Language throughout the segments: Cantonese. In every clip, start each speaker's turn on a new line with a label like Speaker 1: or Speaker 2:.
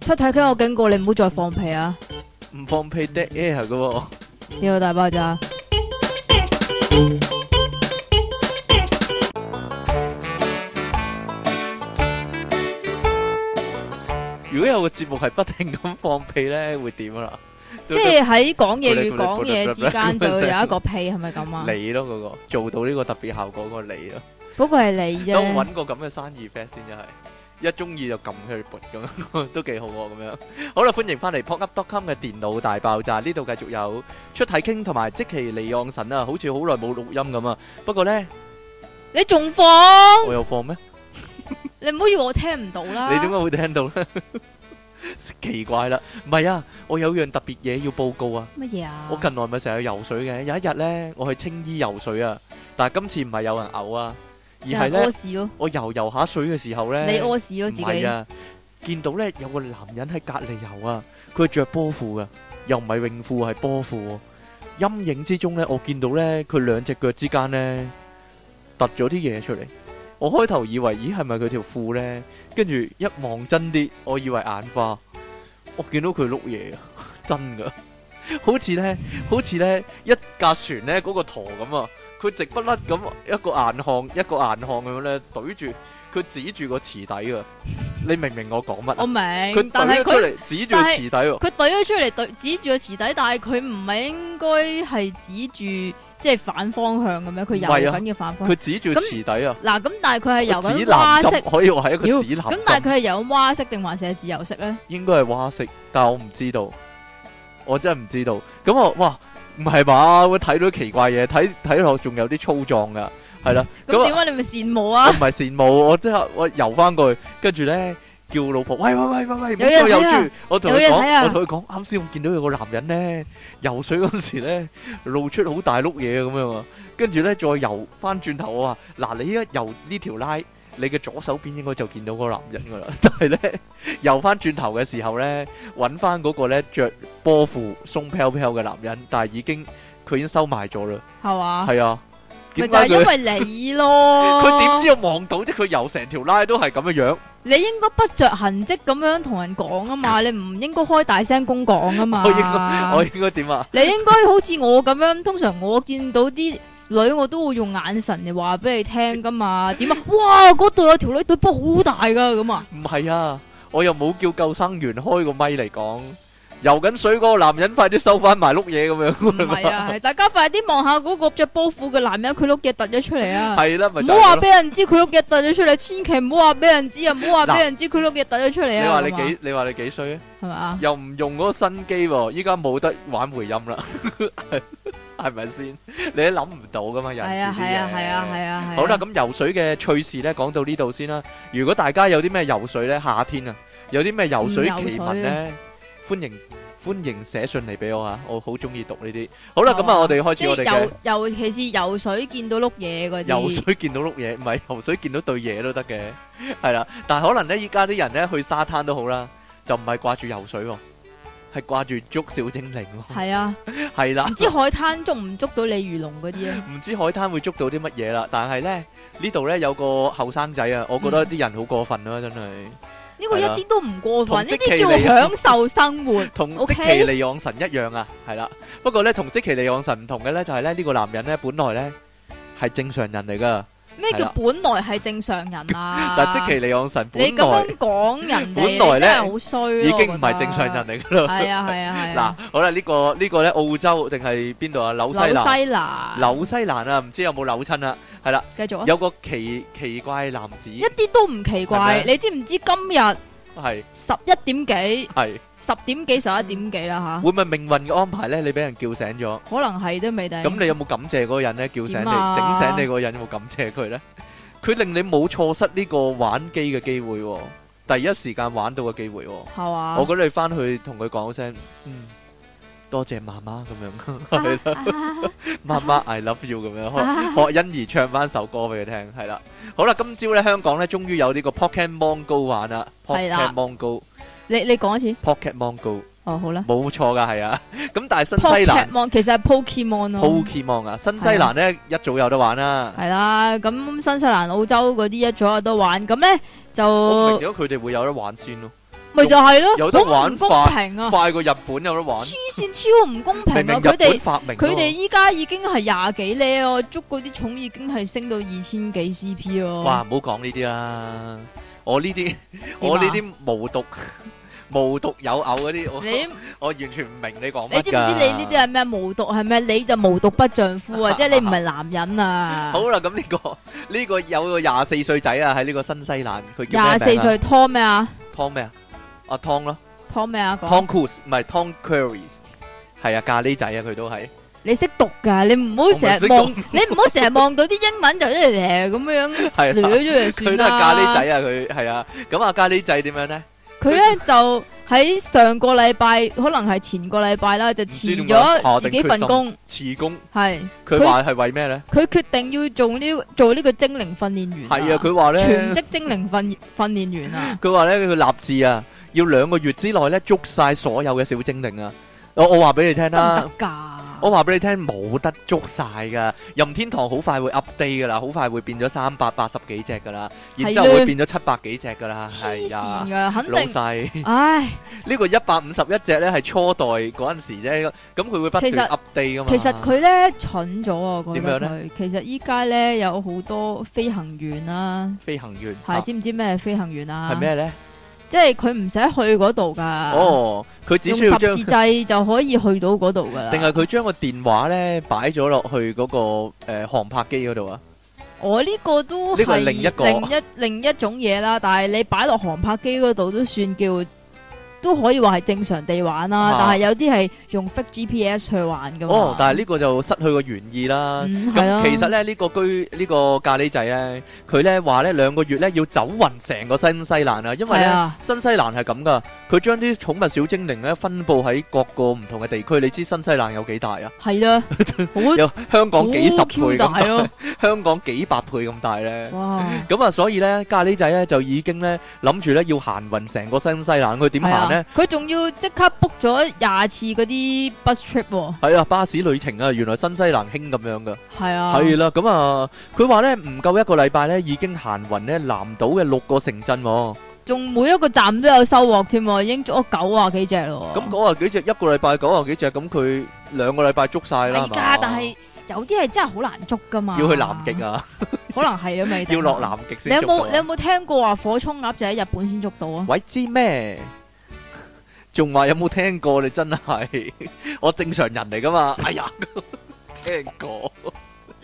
Speaker 1: 睇緊我警告，你唔好再放屁啊！
Speaker 2: 唔放屁 dead air 噶喎。
Speaker 1: 屌大爆炸！
Speaker 2: 如果有個節目係不停咁放屁咧，會點啊啦？
Speaker 1: 即係喺講嘢與講嘢之間就會有一個屁，係咪咁啊？
Speaker 2: 你咯嗰個做到呢個特別效果嗰個你咯，
Speaker 1: 嗰個係你
Speaker 2: 等我
Speaker 1: 啫，
Speaker 2: 揾個咁嘅生意 fact 先真係。一中意就撳佢撥咁樣， 都幾好喎咁樣。好啦，歡迎翻嚟 pocket.com 嘅電腦大爆炸，呢度繼續有出體傾同埋即其離岸神啊，好似好耐冇錄音咁啊。不過咧，
Speaker 1: 你仲放？
Speaker 2: 我有放咩？
Speaker 1: 你唔好以為我聽唔到啦。
Speaker 2: 你點啊解會聽到咧？ 奇怪啦，唔係啊，我有樣特別嘢要報告啊。
Speaker 1: 乜嘢啊？
Speaker 2: 我近來咪成日去游水嘅，有一日咧，我去青衣游水啊，但係今次唔係有人嘔啊，而
Speaker 1: 有
Speaker 2: 係
Speaker 1: 人
Speaker 2: 咧
Speaker 1: 屙屎咯，
Speaker 2: 我游游下水嘅時候咧，
Speaker 1: 你屙屎咯
Speaker 2: 唔
Speaker 1: 自己
Speaker 2: 係。啊，見到咧有個男人喺隔離游啊，佢係着波褲噶，又唔係泳褲係波褲喎。陰影之中咧，我見到咧佢兩隻腳之間咧突咗啲嘢出嚟。我開頭以為咦係咪佢條褲咧，跟住一望真啲，我以為眼花，我見到佢碌嘢啊， 真噶，好似咧好似咧一架船咧嗰個舵咁啊，佢直不甩咁一個硬漢一個硬漢咁樣咧懟住。佢指住個池底啊！你明唔明我講乜
Speaker 1: 我
Speaker 2: 啊？
Speaker 1: 明
Speaker 2: 佢，
Speaker 1: 但
Speaker 2: 懟
Speaker 1: 係
Speaker 2: 咗出
Speaker 1: 佢
Speaker 2: 嚟指住個池底喎，
Speaker 1: 佢懟咗出嚟，懟指住個池底，但係佢唔係應該係指住即係反方向嘅咩？佢游
Speaker 2: 唔係啊
Speaker 1: 緊嘅反方向。
Speaker 2: 佢指住池底啊！
Speaker 1: 嗱咁，但係佢係游
Speaker 2: 個
Speaker 1: 緊
Speaker 2: 指
Speaker 1: 蛙
Speaker 2: 南
Speaker 1: 式
Speaker 2: 針，可以話係一
Speaker 1: 妖
Speaker 2: 個指南
Speaker 1: 咁但係
Speaker 2: 針，
Speaker 1: 佢係游緊蛙式定還是係自由式咧？
Speaker 2: 應該係蛙式，但我唔知道，我真係唔知道。咁我哇，唔係嘛？我睇到奇怪嘢，睇睇落仲有啲粗壯噶，係啦。
Speaker 1: 咁
Speaker 2: 咁
Speaker 1: 點解你咪羨慕啊
Speaker 2: 我？唔係羨慕，我即係我游翻過去，跟住咧叫老婆，喂喂喂喂喂，唔好
Speaker 1: 有嘢
Speaker 2: 再游
Speaker 1: 睇啊
Speaker 2: 住。我同
Speaker 1: 有
Speaker 2: 佢
Speaker 1: 嘢睇
Speaker 2: 講，
Speaker 1: 啊
Speaker 2: 我同佢講，啱先我見到有個男人咧游水嗰時咧露出好大碌嘢咁樣啊，跟住咧再游翻轉頭，我話嗱，你依家游呢條拉，你嘅左手邊應該就見到嗰個男人噶啦。 但係咧游翻轉頭嘅時候咧，揾翻嗰個咧着波褲鬆飄飄嘅男人，但係已經佢已經收埋咗啦。
Speaker 1: 係嘛？
Speaker 2: 係啊，
Speaker 1: 咪
Speaker 2: 點
Speaker 1: 就
Speaker 2: 解
Speaker 1: 係因
Speaker 2: 佢？
Speaker 1: 為你咯。
Speaker 2: 佢點知我望到啫？佢游成條拉都係咁嘅樣。
Speaker 1: 你應該不着痕跡咁樣同人講啊 嘛，你唔應該開大聲公講啊嘛。
Speaker 2: 我應該我應該點啊？
Speaker 1: 你應該好似我咁樣，通常我見到啲女我都會用眼神嚟話俾你聽噶嘛。 點啊？哇！嗰度有條女對波好大噶咁啊！
Speaker 2: 唔係啊，我又冇叫救生員開個咪嚟講。游緊水嗰個男人快啲收翻埋碌嘢咁
Speaker 1: 唔
Speaker 2: 樣。
Speaker 1: 係啊，係大家快啲望下嗰個着波褲嘅男人，佢碌嘢突咗出嚟啊！
Speaker 2: 係啦，咪
Speaker 1: 唔
Speaker 2: 就
Speaker 1: 好話
Speaker 2: 係咯。
Speaker 1: 俾人知佢碌嘢突咗出嚟，千祈唔好話俾人知啊！唔好話
Speaker 2: 嗱
Speaker 1: 俾人知佢碌嘢突咗出嚟
Speaker 2: 你
Speaker 1: 啊！
Speaker 2: 話你
Speaker 1: 咁啊
Speaker 2: 幾？你話你幾衰啊？
Speaker 1: 係咪啊？
Speaker 2: 又唔用嗰個新機喎，依家冇得玩回音啦， 係咪先？你都諗唔到噶嘛，有
Speaker 1: 係
Speaker 2: 時啲
Speaker 1: 啊係啊係啊
Speaker 2: 嘢
Speaker 1: 係啊係啊！
Speaker 2: 好啦，咁游水嘅趣事咧，講到呢度先啦。如果大家有啲咩游水咧，夏天啊，有啲咩游水奇聞咧，歡迎歡迎寫信嚟俾我啊，我好中意讀呢啲。好啦，咁
Speaker 1: 係
Speaker 2: 啊，
Speaker 1: 嘛
Speaker 2: 我哋開
Speaker 1: 即
Speaker 2: 始我哋
Speaker 1: 係
Speaker 2: 嘅
Speaker 1: 游，尤其是游水見到碌嘢嗰啲。
Speaker 2: 游水見到碌嘢，唔係游水見到對嘢都得嘅，係啦。但係可能咧，依家啲人咧去沙灘都好啦，就唔係掛住游水喎，係掛住捉小精靈喎，
Speaker 1: 係啊，
Speaker 2: 係啦
Speaker 1: 唔。知海灘捉唔捉到你魚龍嗰啲 啊？
Speaker 2: 唔知海灘會捉到啲乜嘢啦，但係咧呢度咧有個後生仔啊，我覺得啲人好過分啦，真係。
Speaker 1: 呢個一啲都唔過分，
Speaker 2: 同
Speaker 1: 呢
Speaker 2: 即期
Speaker 1: 啲叫享受
Speaker 2: 。
Speaker 1: 生活
Speaker 2: 同
Speaker 1: OK？
Speaker 2: 即其利昂神一樣啊，係啦。不過咧，同即其利昂神唔同嘅咧，就係咧呢個男人咧，本來咧係正常人嚟
Speaker 1: 啊
Speaker 2: 噶，
Speaker 1: 咩
Speaker 2: 係
Speaker 1: 叫
Speaker 2: 啦
Speaker 1: 本來係正常 人啊？
Speaker 2: 但即其利昂神
Speaker 1: 你
Speaker 2: 本
Speaker 1: 咁
Speaker 2: 來
Speaker 1: 樣講人哋，
Speaker 2: 本
Speaker 1: 你
Speaker 2: 來呢
Speaker 1: 真係好衰咯，
Speaker 2: 已經唔係正常人
Speaker 1: 我
Speaker 2: 嚟噶
Speaker 1: 覺得。
Speaker 2: 啦。
Speaker 1: 係啊係啊係
Speaker 2: 嗱
Speaker 1: 啊！，
Speaker 2: 好啦，呢個呢個咧，澳洲定係邊度啊？紐西蘭，
Speaker 1: 西蘭，
Speaker 2: 紐西蘭啊，唔知有冇扭親啦？係啦，
Speaker 1: 繼續啊！
Speaker 2: 有個奇奇怪男子，
Speaker 1: 一啲都唔奇怪
Speaker 2: 係，
Speaker 1: 你知唔知今日
Speaker 2: 係
Speaker 1: 十一點幾、
Speaker 2: 係
Speaker 1: 十點幾、十一點幾啦
Speaker 2: 會唔會命運嘅安排咧？你俾人叫醒咗？
Speaker 1: 吓？可能係都未定。
Speaker 2: 咁你有冇感謝嗰個人咧？叫醒你，
Speaker 1: 點啊
Speaker 2: 整醒你嗰個人有冇感謝佢咧？ 佢令你冇錯失呢個玩機嘅機會喎，第一時間玩到嘅機會喎。
Speaker 1: 係嘛？
Speaker 2: 我覺得你翻去同佢講聲，嗯，多謝媽媽咁樣， 係啦
Speaker 1: 啊
Speaker 2: 媽媽 I love you 咁樣，學學欣兒唱翻首歌俾佢聽，係啦。好啦，今朝咧香港咧終於有呢個 Pokemon Go 玩啦
Speaker 1: 係啦
Speaker 2: ，Pokemon Go，Pokemon
Speaker 1: 你你講一次。
Speaker 2: Go，
Speaker 1: 哦，好啦。
Speaker 2: 冇錯噶，係啊。咁但係新西蘭
Speaker 1: Pokemon 其實係 Pokemon 咯。
Speaker 2: Pokemon 啊，新西蘭咧一早有得玩啦。
Speaker 1: 係啦，咁新西蘭、澳洲嗰啲一早有得玩，咁咧
Speaker 2: 我
Speaker 1: 就
Speaker 2: 唔明點解佢哋會有得玩先咯。
Speaker 1: 咪就係咯，
Speaker 2: 有得
Speaker 1: 好
Speaker 2: 玩
Speaker 1: 唔公平啊！
Speaker 2: 快過日本有得玩，
Speaker 1: 黐線超唔公平
Speaker 2: 明明
Speaker 1: 啊！
Speaker 2: 日
Speaker 1: 佢
Speaker 2: 本哦
Speaker 1: 哋
Speaker 2: 發明㗎
Speaker 1: 佢哋
Speaker 2: 喎，
Speaker 1: 依家已經係廿幾咧，我捉嗰啲重已經係升到二千幾 CP 咯。
Speaker 2: 哇，唔好講呢啲啦，我呢啲我呢啲無毒 無毒有偶嗰啲，我
Speaker 1: 你
Speaker 2: 我完全唔明你講乜
Speaker 1: 你知唔知你呢啲
Speaker 2: 啊？
Speaker 1: 係咩無毒係咩？你就無毒不丈夫 啊！即係你唔係男人啊！
Speaker 2: 好啦，咁呢個呢個有個廿四歲仔啊，喺呢個新西蘭，佢叫咩
Speaker 1: 廿四
Speaker 2: 名啊？
Speaker 1: 歲拖咩啊？
Speaker 2: 湯咩啊？阿湯咯
Speaker 1: 拖咩啊？講
Speaker 2: ，Tom Cruise 唔係 Tom Curry，係啊，咖喱仔啊，佢都係。
Speaker 1: 你識讀㗎，你唔好成日
Speaker 2: 我
Speaker 1: 望
Speaker 2: 唔，
Speaker 1: 你唔好成日望到啲英文就一嚟咁樣
Speaker 2: 係
Speaker 1: 掠
Speaker 2: 啦，
Speaker 1: 咗就
Speaker 2: 佢
Speaker 1: 算
Speaker 2: 都係咖喱
Speaker 1: 啦。
Speaker 2: 仔啊，佢係啊。咁啊，咖喱仔點樣咧？
Speaker 1: 佢咧就喺上個禮拜，可能係前個禮拜啦，就辭
Speaker 2: 唔知點解下
Speaker 1: 咗自
Speaker 2: 定
Speaker 1: 己份
Speaker 2: 決心
Speaker 1: 工，
Speaker 2: 辭工，
Speaker 1: 係
Speaker 2: 佢
Speaker 1: 佢
Speaker 2: 話係為咩咧？
Speaker 1: 佢決定要做呢做呢個精靈訓練員。
Speaker 2: 係啊，佢話咧，
Speaker 1: 全職精靈訓訓練 員啊！
Speaker 2: 佢話咧，佢立志啊，要兩個月之內咧捉晒所有嘅小精靈啊！我我話俾你聽
Speaker 1: 得唔
Speaker 2: 啦
Speaker 1: 得。噶？
Speaker 2: 我話俾你聽，冇得捉晒噶。任天堂好快會 update 噶啦，好快會變咗三百八十幾隻噶啦，然之後
Speaker 1: 係咧
Speaker 2: 會變咗七百幾隻噶啦。
Speaker 1: 黐
Speaker 2: 係
Speaker 1: 線
Speaker 2: 啊，
Speaker 1: 噶，肯
Speaker 2: 老
Speaker 1: 定。
Speaker 2: 細，
Speaker 1: 唉，
Speaker 2: 呢個一百五十一隻咧係初代嗰陣時啫，咁佢會不斷
Speaker 1: 其實
Speaker 2: update 噶嘛。
Speaker 1: 其實佢咧蠢咗啊！我覺得
Speaker 2: 點樣
Speaker 1: 佢其實依家咧有好多飛行員啦，
Speaker 2: 飛行員
Speaker 1: 係知唔知咩係飛行員啊？
Speaker 2: 係？咩咧？
Speaker 1: 即係佢唔使去嗰度噶，
Speaker 2: 哦，佢只
Speaker 1: 用
Speaker 2: 需要
Speaker 1: 十
Speaker 2: 將
Speaker 1: 字掣就可以去到嗰度噶啦。
Speaker 2: 定係佢將個電話咧擺咗落去嗰個誒航拍機嗰度啊？
Speaker 1: 我呢個都
Speaker 2: 呢個係
Speaker 1: 係
Speaker 2: 另一個
Speaker 1: 另一另一種嘢啦，但係你擺落航拍機嗰度都算叫都可以話係正常地玩啦，
Speaker 2: 啊
Speaker 1: 但係有啲係用 fake GPS 去玩噶嘛。
Speaker 2: 哦，但係呢個就失去個原意啦。
Speaker 1: 嗯係啊
Speaker 2: 咁其實咧，呢個居呢個咖喱仔咧，佢咧話咧兩個月咧要走勻成個新西蘭啊，因為
Speaker 1: 係
Speaker 2: 咧
Speaker 1: 啊
Speaker 2: 新西蘭係咁噶，佢將啲寵物小精靈咧分佈喺各個唔同嘅地區。你知新西蘭有幾大啊？
Speaker 1: 係 啦，好
Speaker 2: 有香港幾十
Speaker 1: 好 Q
Speaker 2: 倍咁
Speaker 1: 大
Speaker 2: 大，
Speaker 1: 咯，
Speaker 2: 香港幾百倍咁大咧。
Speaker 1: 哇！
Speaker 2: 咁啊，所以咧，咖喱仔咧就已經咧諗住咧要行運成個新西蘭，佢點
Speaker 1: 係
Speaker 2: 行
Speaker 1: 啊？，
Speaker 2: 咧
Speaker 1: 佢仲要即刻 book 咗廿次嗰啲 bus trip 喎，
Speaker 2: 係啊，巴士旅程啊，原來新西蘭興咁樣噶。
Speaker 1: 係啊，
Speaker 2: 係啦，咁啊，佢話咧唔夠一個禮拜咧，已經行勻咧南島嘅六個城鎮喎。
Speaker 1: 仲每一個站都有收穫添喎，已經捉咗九啊幾隻咯。
Speaker 2: 咁九啊幾隻，一個禮拜九啊幾隻，咁佢兩個禮拜捉晒啦，
Speaker 1: 係
Speaker 2: 係嘛
Speaker 1: 㗎，但係有啲係真係好難捉噶嘛。
Speaker 2: 要去南極，啊，
Speaker 1: 可能係都未定。
Speaker 2: 要落南極
Speaker 1: 你有
Speaker 2: 先捉
Speaker 1: 冇
Speaker 2: 到
Speaker 1: 你有冇聽過話火葱鴨就喺日本先捉到啊？
Speaker 2: 喂，知咩？仲話有冇聽過？你真係我正常人嚟噶嘛？哎呀， 聽過。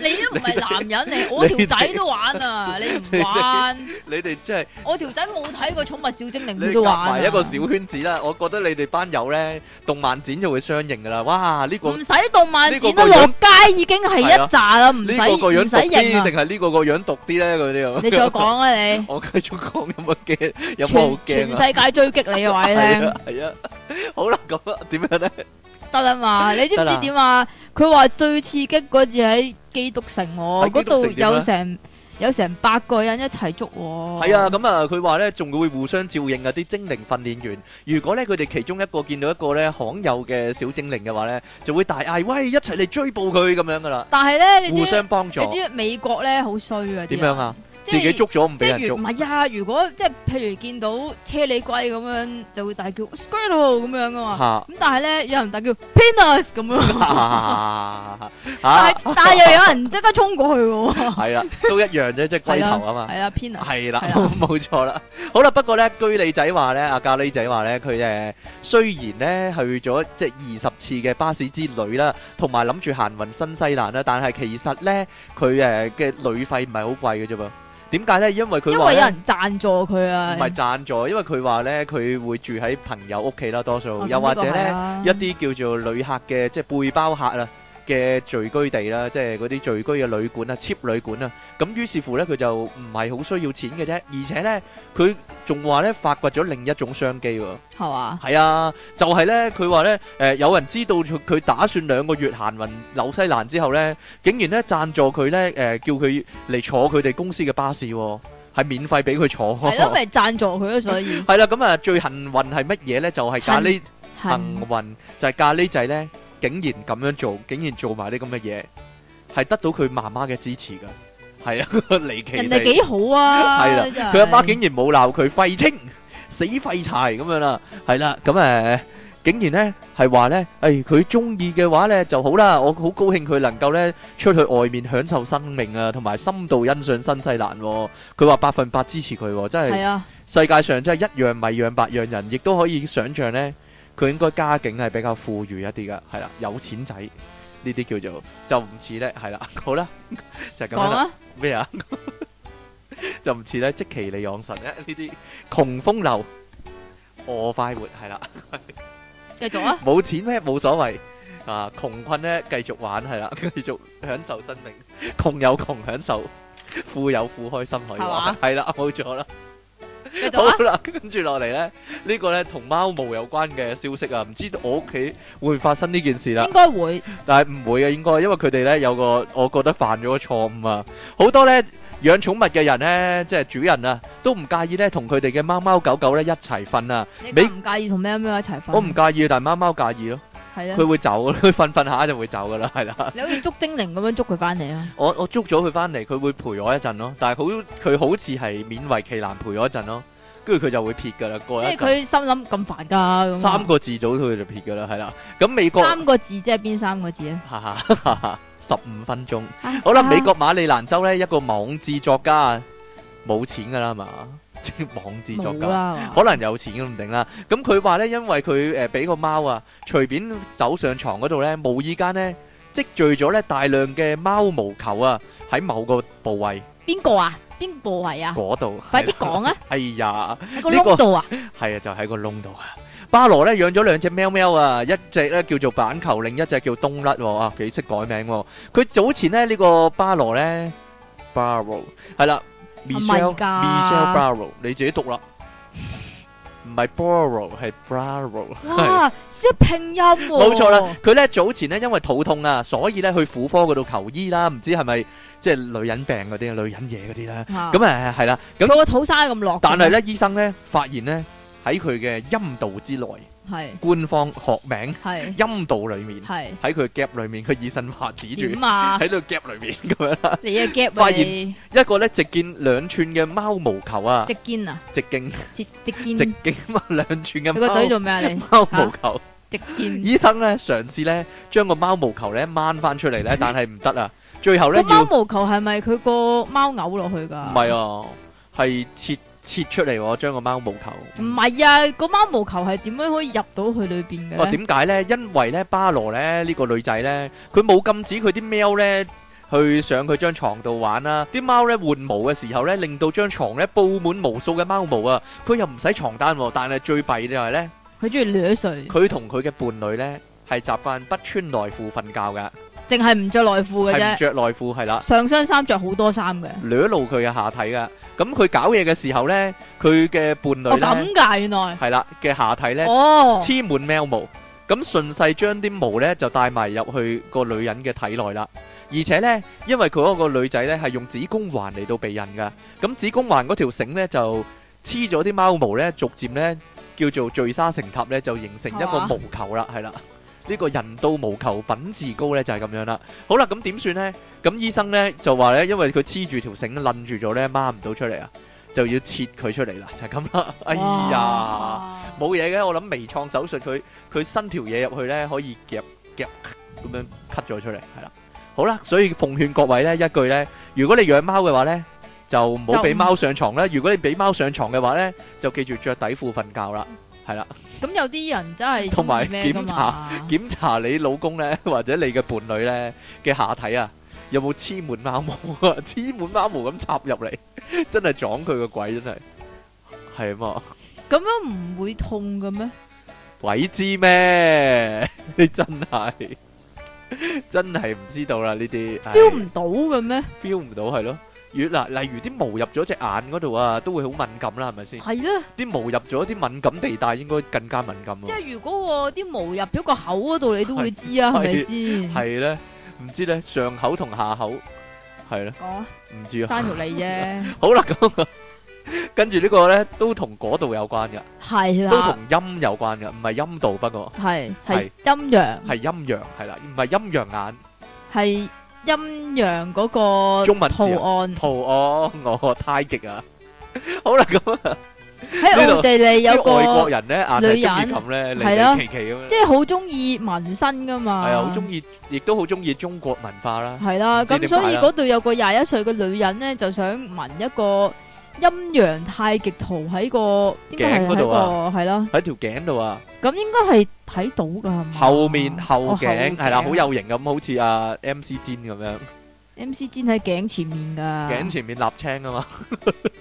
Speaker 1: 你都唔係男人嚟，我條仔都玩啊！你唔玩，
Speaker 2: 你哋真係
Speaker 1: 我條仔冇睇過《寵物小精靈》，
Speaker 2: 你
Speaker 1: 佢
Speaker 2: 夾
Speaker 1: 都玩啊。
Speaker 2: 埋一個小圈子啦。我覺得你哋班友咧，動漫展就會相應噶啦。哇！呢個
Speaker 1: 唔使動漫展
Speaker 2: 呢個
Speaker 1: 都
Speaker 2: 個樣
Speaker 1: 落街已經係一扎啦，唔
Speaker 2: 呢
Speaker 1: 使
Speaker 2: 個個樣
Speaker 1: 唔
Speaker 2: 毒
Speaker 1: 使型
Speaker 2: 啲，
Speaker 1: 啊！
Speaker 2: 定係呢個個樣毒啲咧？佢 哋
Speaker 1: 你再講啊你，
Speaker 2: 我繼續講有冇驚？有冇好
Speaker 1: 全全
Speaker 2: 驚啊？
Speaker 1: 世界追擊你嘅話你
Speaker 2: 係
Speaker 1: 聽
Speaker 2: 啊係啊，好啦，咁啊點樣咧？
Speaker 1: 得啦 嘛？你知
Speaker 2: 得
Speaker 1: 唔
Speaker 2: 啦
Speaker 1: 知點啊？佢話最刺激嗰次喺基督城喎，
Speaker 2: 喺基
Speaker 1: 嗰
Speaker 2: 督
Speaker 1: 度
Speaker 2: 城點啊
Speaker 1: 有成有成百個人一齊捉喎。
Speaker 2: 係啊，咁啊，佢話咧仲會互相照應啊！啲精靈訓練員，如果咧佢哋其中一個見到一個咧罕有嘅小精靈嘅話咧，就會大嗌：喂，一齊嚟追捕佢咁樣噶啦，
Speaker 1: 但係咧，你
Speaker 2: 互
Speaker 1: 知
Speaker 2: 相幫助
Speaker 1: 你。知美國咧好衰啊？
Speaker 2: 點樣？啊？
Speaker 1: 即
Speaker 2: 自
Speaker 1: 係
Speaker 2: 己捉咗唔
Speaker 1: 即
Speaker 2: 俾
Speaker 1: 係
Speaker 2: 人
Speaker 1: 如唔
Speaker 2: 捉，
Speaker 1: 係啊？如果即係譬如見到車厘龜咁樣，就會大叫 squirrel 咁樣噶嘛。
Speaker 2: 嚇
Speaker 1: 咁但係咧，有人大叫 penis 咁 樣，但
Speaker 2: 嚇
Speaker 1: 係但係又有人即刻衝過去喎。
Speaker 2: 係啦，都一樣啫，即係龜頭啊嘛。
Speaker 1: 係啊，penis
Speaker 2: 係啦
Speaker 1: 係啦，
Speaker 2: 冇錯啦。好啦，不過咧，居里仔話咧，阿咖喱仔話咧，佢誒雖然咧去咗即係二十次嘅巴士之旅啦，同埋諗住行運新西蘭啦，但係其實咧佢誒嘅旅費唔係好貴嘅啫噃。點解咧？因為佢
Speaker 1: 因
Speaker 2: 話
Speaker 1: 為有
Speaker 2: 咧
Speaker 1: 人贊助佢啊。
Speaker 2: 唔係贊助，因為佢話咧佢會住喺朋友屋企啦，多數
Speaker 1: 啊
Speaker 2: 又或者咧。，一
Speaker 1: 咁呢
Speaker 2: 啲叫做旅客嘅即係背包客啊嘅聚居地啦，即係嗰啲聚居嘅旅館啊、cheap 旅館啊。咁於是乎呢，佢就唔係好需要錢嘅啫，而且呢，佢仲話呢，發掘咗另一種商機喎。
Speaker 1: 個係嘛？
Speaker 2: 係啊，就係呢，佢話呢，誒、有人知道佢佢打算兩個月行運紐西蘭之後呢，竟然呢贊助佢呢，誒、叫佢嚟坐佢哋公司嘅巴士、喎，係免費俾佢坐。
Speaker 1: 係咯，咪贊助佢咯，所以
Speaker 2: 係啦，咁啊最幸運係乜嘢呢？就係、咖喱。 幸
Speaker 1: 係
Speaker 2: 運就係咖喱仔呢，竟然咁樣做，竟然做埋啲咁嘅嘢，係得到佢媽媽嘅支持噶，係啊，離奇
Speaker 1: 人
Speaker 2: 地
Speaker 1: 哋幾好啊，
Speaker 2: 係啦
Speaker 1: 真係
Speaker 2: 佢阿媽竟然冇鬧佢廢青， 死廢柴咁樣啦，係啦，咁誒、呃竟然呢係話呢，誒佢中意嘅話呢就好啦，我好高興佢能夠呢出去外面享受生命啊，同埋深度欣賞新西蘭、喎。佢話百分百支持佢、喎，真係
Speaker 1: 系。啊，
Speaker 2: 世界上真係一樣米養百樣人，亦都可以想像呢，佢應該家境係比較富裕一啲噶，係啦，有錢仔呢啲叫做就唔似呢，係啦， 好啦，就係咁
Speaker 1: 讲
Speaker 2: 樣啦，
Speaker 1: 啊，
Speaker 2: 咩啊？就唔似呢，即其利養神咧呢啲窮風流，餓快活係啦，
Speaker 1: 继续啊，
Speaker 2: 冇錢咩冇所謂啊，窮困呢，繼續玩係啦， 繼續享受生命，窮有窮享受，富有富開心可以
Speaker 1: 係
Speaker 2: 話
Speaker 1: 嘛
Speaker 2: 係啦，冇錯啦。
Speaker 1: 继续
Speaker 2: 好
Speaker 1: 啊，
Speaker 2: 啦，跟住落嚟咧，呢個咧同貓毛有關嘅消息啊，唔知道我屋企會發生呢件事啦
Speaker 1: 应，该会
Speaker 2: 但係唔會嘅應該，因為佢哋咧有個我覺得犯咗個錯誤啊，好多咧養寵物嘅人咧，即係主人啊，都唔介意咧同佢哋嘅貓貓狗狗咧一齊瞓啊，
Speaker 1: 你
Speaker 2: 美
Speaker 1: 介唔介意同咩咩一齐瞓？
Speaker 2: 我唔介意，但係貓貓介意咯，
Speaker 1: 系啊
Speaker 2: 佢，會走㗎， 佢瞓瞓下就會走噶啦，係啦。
Speaker 1: 你好似捉精灵咁样捉佢翻嚟啊，
Speaker 2: 我我捉咗佢翻嚟，佢會陪我一陣咯。但係好佢好似係勉為其難陪我一陣咯，跟住佢就會撇噶啦。過一
Speaker 1: 即系
Speaker 2: 陣
Speaker 1: 佢心谂咁烦噶咁啊。
Speaker 2: 三個字組佢就撇噶啦，係啦。咁美國
Speaker 1: 三个字即系边三个字啊？
Speaker 2: 哈哈哈哈，十五分鐘。好啦，美國馬里蘭州呢，一個網誌作家冇錢噶啦嘛， 即係網誌作
Speaker 1: 冇
Speaker 2: 家。
Speaker 1: 啦，係嘛
Speaker 2: 可能有錢都唔定啦。咁佢話呢，因為佢誒俾個貓啊，隨便走上床嗰度呢，無意間呢，積聚咗呢大量嘅貓毛球啊，喺某個部位
Speaker 1: 边个啊？边部位啊？
Speaker 2: 嗰度。
Speaker 1: 快啲講啊！
Speaker 2: 哎呀！
Speaker 1: 喺个
Speaker 2: 呢個
Speaker 1: 窿度啊？
Speaker 2: 係啊，就喺個窿度啊。巴羅咧養咗兩隻喵喵啊，一隻咧叫做板球，另一隻叫冬甩喎。啊，幾識改名喎。佢早前咧呢、呢個巴羅咧 Barrow 係啦
Speaker 1: 咪㗎
Speaker 2: ，Michelle Michelle Barrow，你自己讀啦，唔係 Barrow 係 Barrow。
Speaker 1: 哇！识拼音喎。
Speaker 2: 冇錯啦，佢咧早前咧因為肚痛啊，所以咧去婦科嗰度求醫啦，唔知係咪即係女人病嗰啲、女人嘢嗰啲啦。
Speaker 1: 嚇。
Speaker 2: 咁誒係啦，咁
Speaker 1: 佢個肚生得咁落。
Speaker 2: 但係，咧醫生咧發現咧喺佢嘅陰道之內。
Speaker 1: 係
Speaker 2: 官方學名
Speaker 1: 係
Speaker 2: 陰道裏面，
Speaker 1: 係
Speaker 2: 喺佢夾裏面，佢以生話指住
Speaker 1: 點啊？
Speaker 2: 喺度夾裏面咁樣啦。
Speaker 1: 你 嘅 gap
Speaker 2: 發
Speaker 1: 啊
Speaker 2: 現
Speaker 1: 你
Speaker 2: 一個咧直徑兩寸嘅貓毛球啊，
Speaker 1: 直肩啊？
Speaker 2: 直徑
Speaker 1: 直直
Speaker 2: 直
Speaker 1: 肩。
Speaker 2: 徑咁啊兩寸嘅
Speaker 1: 你個嘴
Speaker 2: 貓
Speaker 1: 做咩啊？ 你
Speaker 2: 貓毛球，
Speaker 1: 直肩。
Speaker 2: 醫生咧嘗試咧將個貓毛球咧掹翻出嚟咧，但係唔得啊，最後
Speaker 1: 嗯
Speaker 2: 咧
Speaker 1: 個
Speaker 2: 要
Speaker 1: 貓
Speaker 2: 唔
Speaker 1: 毛球係咪佢個貓嘔落去㗎？
Speaker 2: 係啊，係切切出嚟喎，將個貓毛
Speaker 1: 唔
Speaker 2: 球。
Speaker 1: 係啊，個貓毛球係點樣可以入到去裏邊
Speaker 2: 哦，
Speaker 1: 嘅咧？
Speaker 2: 點解咧？因為咧，巴羅咧呢個女仔咧，佢冇禁止佢啲喵咧去上佢張床度玩啦。啲貓咧換毛嘅時候咧，令到張床咧布滿無數嘅貓毛啊！佢又唔使床單喎，但係最弊就係咧，
Speaker 1: 佢中意掠睡，
Speaker 2: 佢同佢嘅伴侶咧係習慣不穿內褲瞓覺嘅，
Speaker 1: 淨係唔着內褲嘅
Speaker 2: 係唔
Speaker 1: 啫。
Speaker 2: 着內褲係啦。
Speaker 1: 上身衫着好多衫嘅。
Speaker 2: 掠露佢嘅下體㗎，咁佢搞嘢嘅時候咧，佢嘅伴
Speaker 1: 哦，
Speaker 2: 侶咧
Speaker 1: 咁㗎原來。
Speaker 2: 係啦嘅下體咧
Speaker 1: 哦。
Speaker 2: 黐滿喵毛，咁順勢將啲毛呢就帶埋入去個女人嘅體內啦。而且呢，因為佢嗰個女仔呢係用子宮環嚟到避孕噶，咁子宮環嗰條繩呢就黐咗啲貓毛呢，逐漸呢叫做聚沙成塔呢，就形成一
Speaker 1: 係
Speaker 2: 個
Speaker 1: 嘛
Speaker 2: 毛球啦，係啦。呢個人到無求品自高呢就係咁樣啦。好啦，咁點算呢？咁醫生呢就話呢，因為佢黐住條繩攆住咗呢，掹唔到出嚟啊，就要切佢出嚟啦，就係咁啦。哎呀！
Speaker 1: 哇！
Speaker 2: 冇嘢嘅，我諗微創手術佢佢伸條嘢入去咧，可以夾夾咁樣 cut 咗出嚟，係啦。好啦，所以奉勸各位咧一句咧，如果你養貓嘅話咧，就唔好俾
Speaker 1: 就唔
Speaker 2: 貓上床啦。如果你俾貓上床嘅話咧，就記住着底褲瞓覺啦。係啦，
Speaker 1: 咁有啲人真係
Speaker 2: 同埋檢
Speaker 1: 檢
Speaker 2: 查
Speaker 1: 查
Speaker 2: 檢查你老公咧 或者你嘅伴侶咧嘅下體啊，有冇黐滿貓毛啊？ 黐滿貓毛咁插入嚟，真係撞佢個鬼，真係係啊嘛〜
Speaker 1: 咁樣唔會痛嘅咩？
Speaker 2: 鬼知咩？ 你真係真係唔知道啦呢啲唉
Speaker 1: feel 唔到嘅咩？
Speaker 2: feel 唔到係咯。如嗱，例如啲毛入咗隻眼嗰度啊，都會好敏感啦，係咪先？
Speaker 1: 係咧，
Speaker 2: 啲毛入咗啲敏感地帶，應該更加敏感
Speaker 1: 即
Speaker 2: 咯。
Speaker 1: 係如果個啲毛入咗個口嗰度，你都會知啊，
Speaker 2: 係
Speaker 1: 係咪先？
Speaker 2: 係咧，唔知咧上口同下口係咧，
Speaker 1: 講啊，
Speaker 2: 唔知啊。
Speaker 1: 爭條脷啫，
Speaker 2: 好啦，咁啊跟住呢個咧都同嗰度有關嘅，
Speaker 1: 係
Speaker 2: 都
Speaker 1: 啦，
Speaker 2: 同陰有關嘅，唔係陰道，不過
Speaker 1: 係
Speaker 2: 係
Speaker 1: 係陰陽，
Speaker 2: 係陰陽係啦，唔係陰陽眼。
Speaker 1: 係陰陽嗰個
Speaker 2: 中文字啊
Speaker 1: 圖案，
Speaker 2: 圖案，我太極啊！好啦，咁啊，
Speaker 1: 喺奧地利有
Speaker 2: 啲外
Speaker 1: 個
Speaker 2: 國人咧，硬係
Speaker 1: 女人
Speaker 2: 中意咁咧，
Speaker 1: 係咯
Speaker 2: 離離奇奇咁樣。
Speaker 1: 即係好中意紋身噶嘛，
Speaker 2: 係啊，好中意，亦都好中意中國文化啦。
Speaker 1: 係啦，
Speaker 2: 唔知
Speaker 1: 咁
Speaker 2: 點
Speaker 1: 所以
Speaker 2: 解啦
Speaker 1: 嗰度有個廿一歲嘅女人咧，就想紋一個陰陽太極圖喺個，應該係
Speaker 2: 頸嗰
Speaker 1: 喺
Speaker 2: 度
Speaker 1: 個
Speaker 2: 啊
Speaker 1: 係啦，
Speaker 2: 喺條頸度啊，
Speaker 1: 咁應該係睇到噶。係嘛
Speaker 2: 後面後
Speaker 1: 哦
Speaker 2: 頸係啦，
Speaker 1: 後
Speaker 2: 好有型咁，好似啊 MC 尖咁樣，
Speaker 1: MC 氈喺頸前面噶，
Speaker 2: 頸前面立青啊嘛，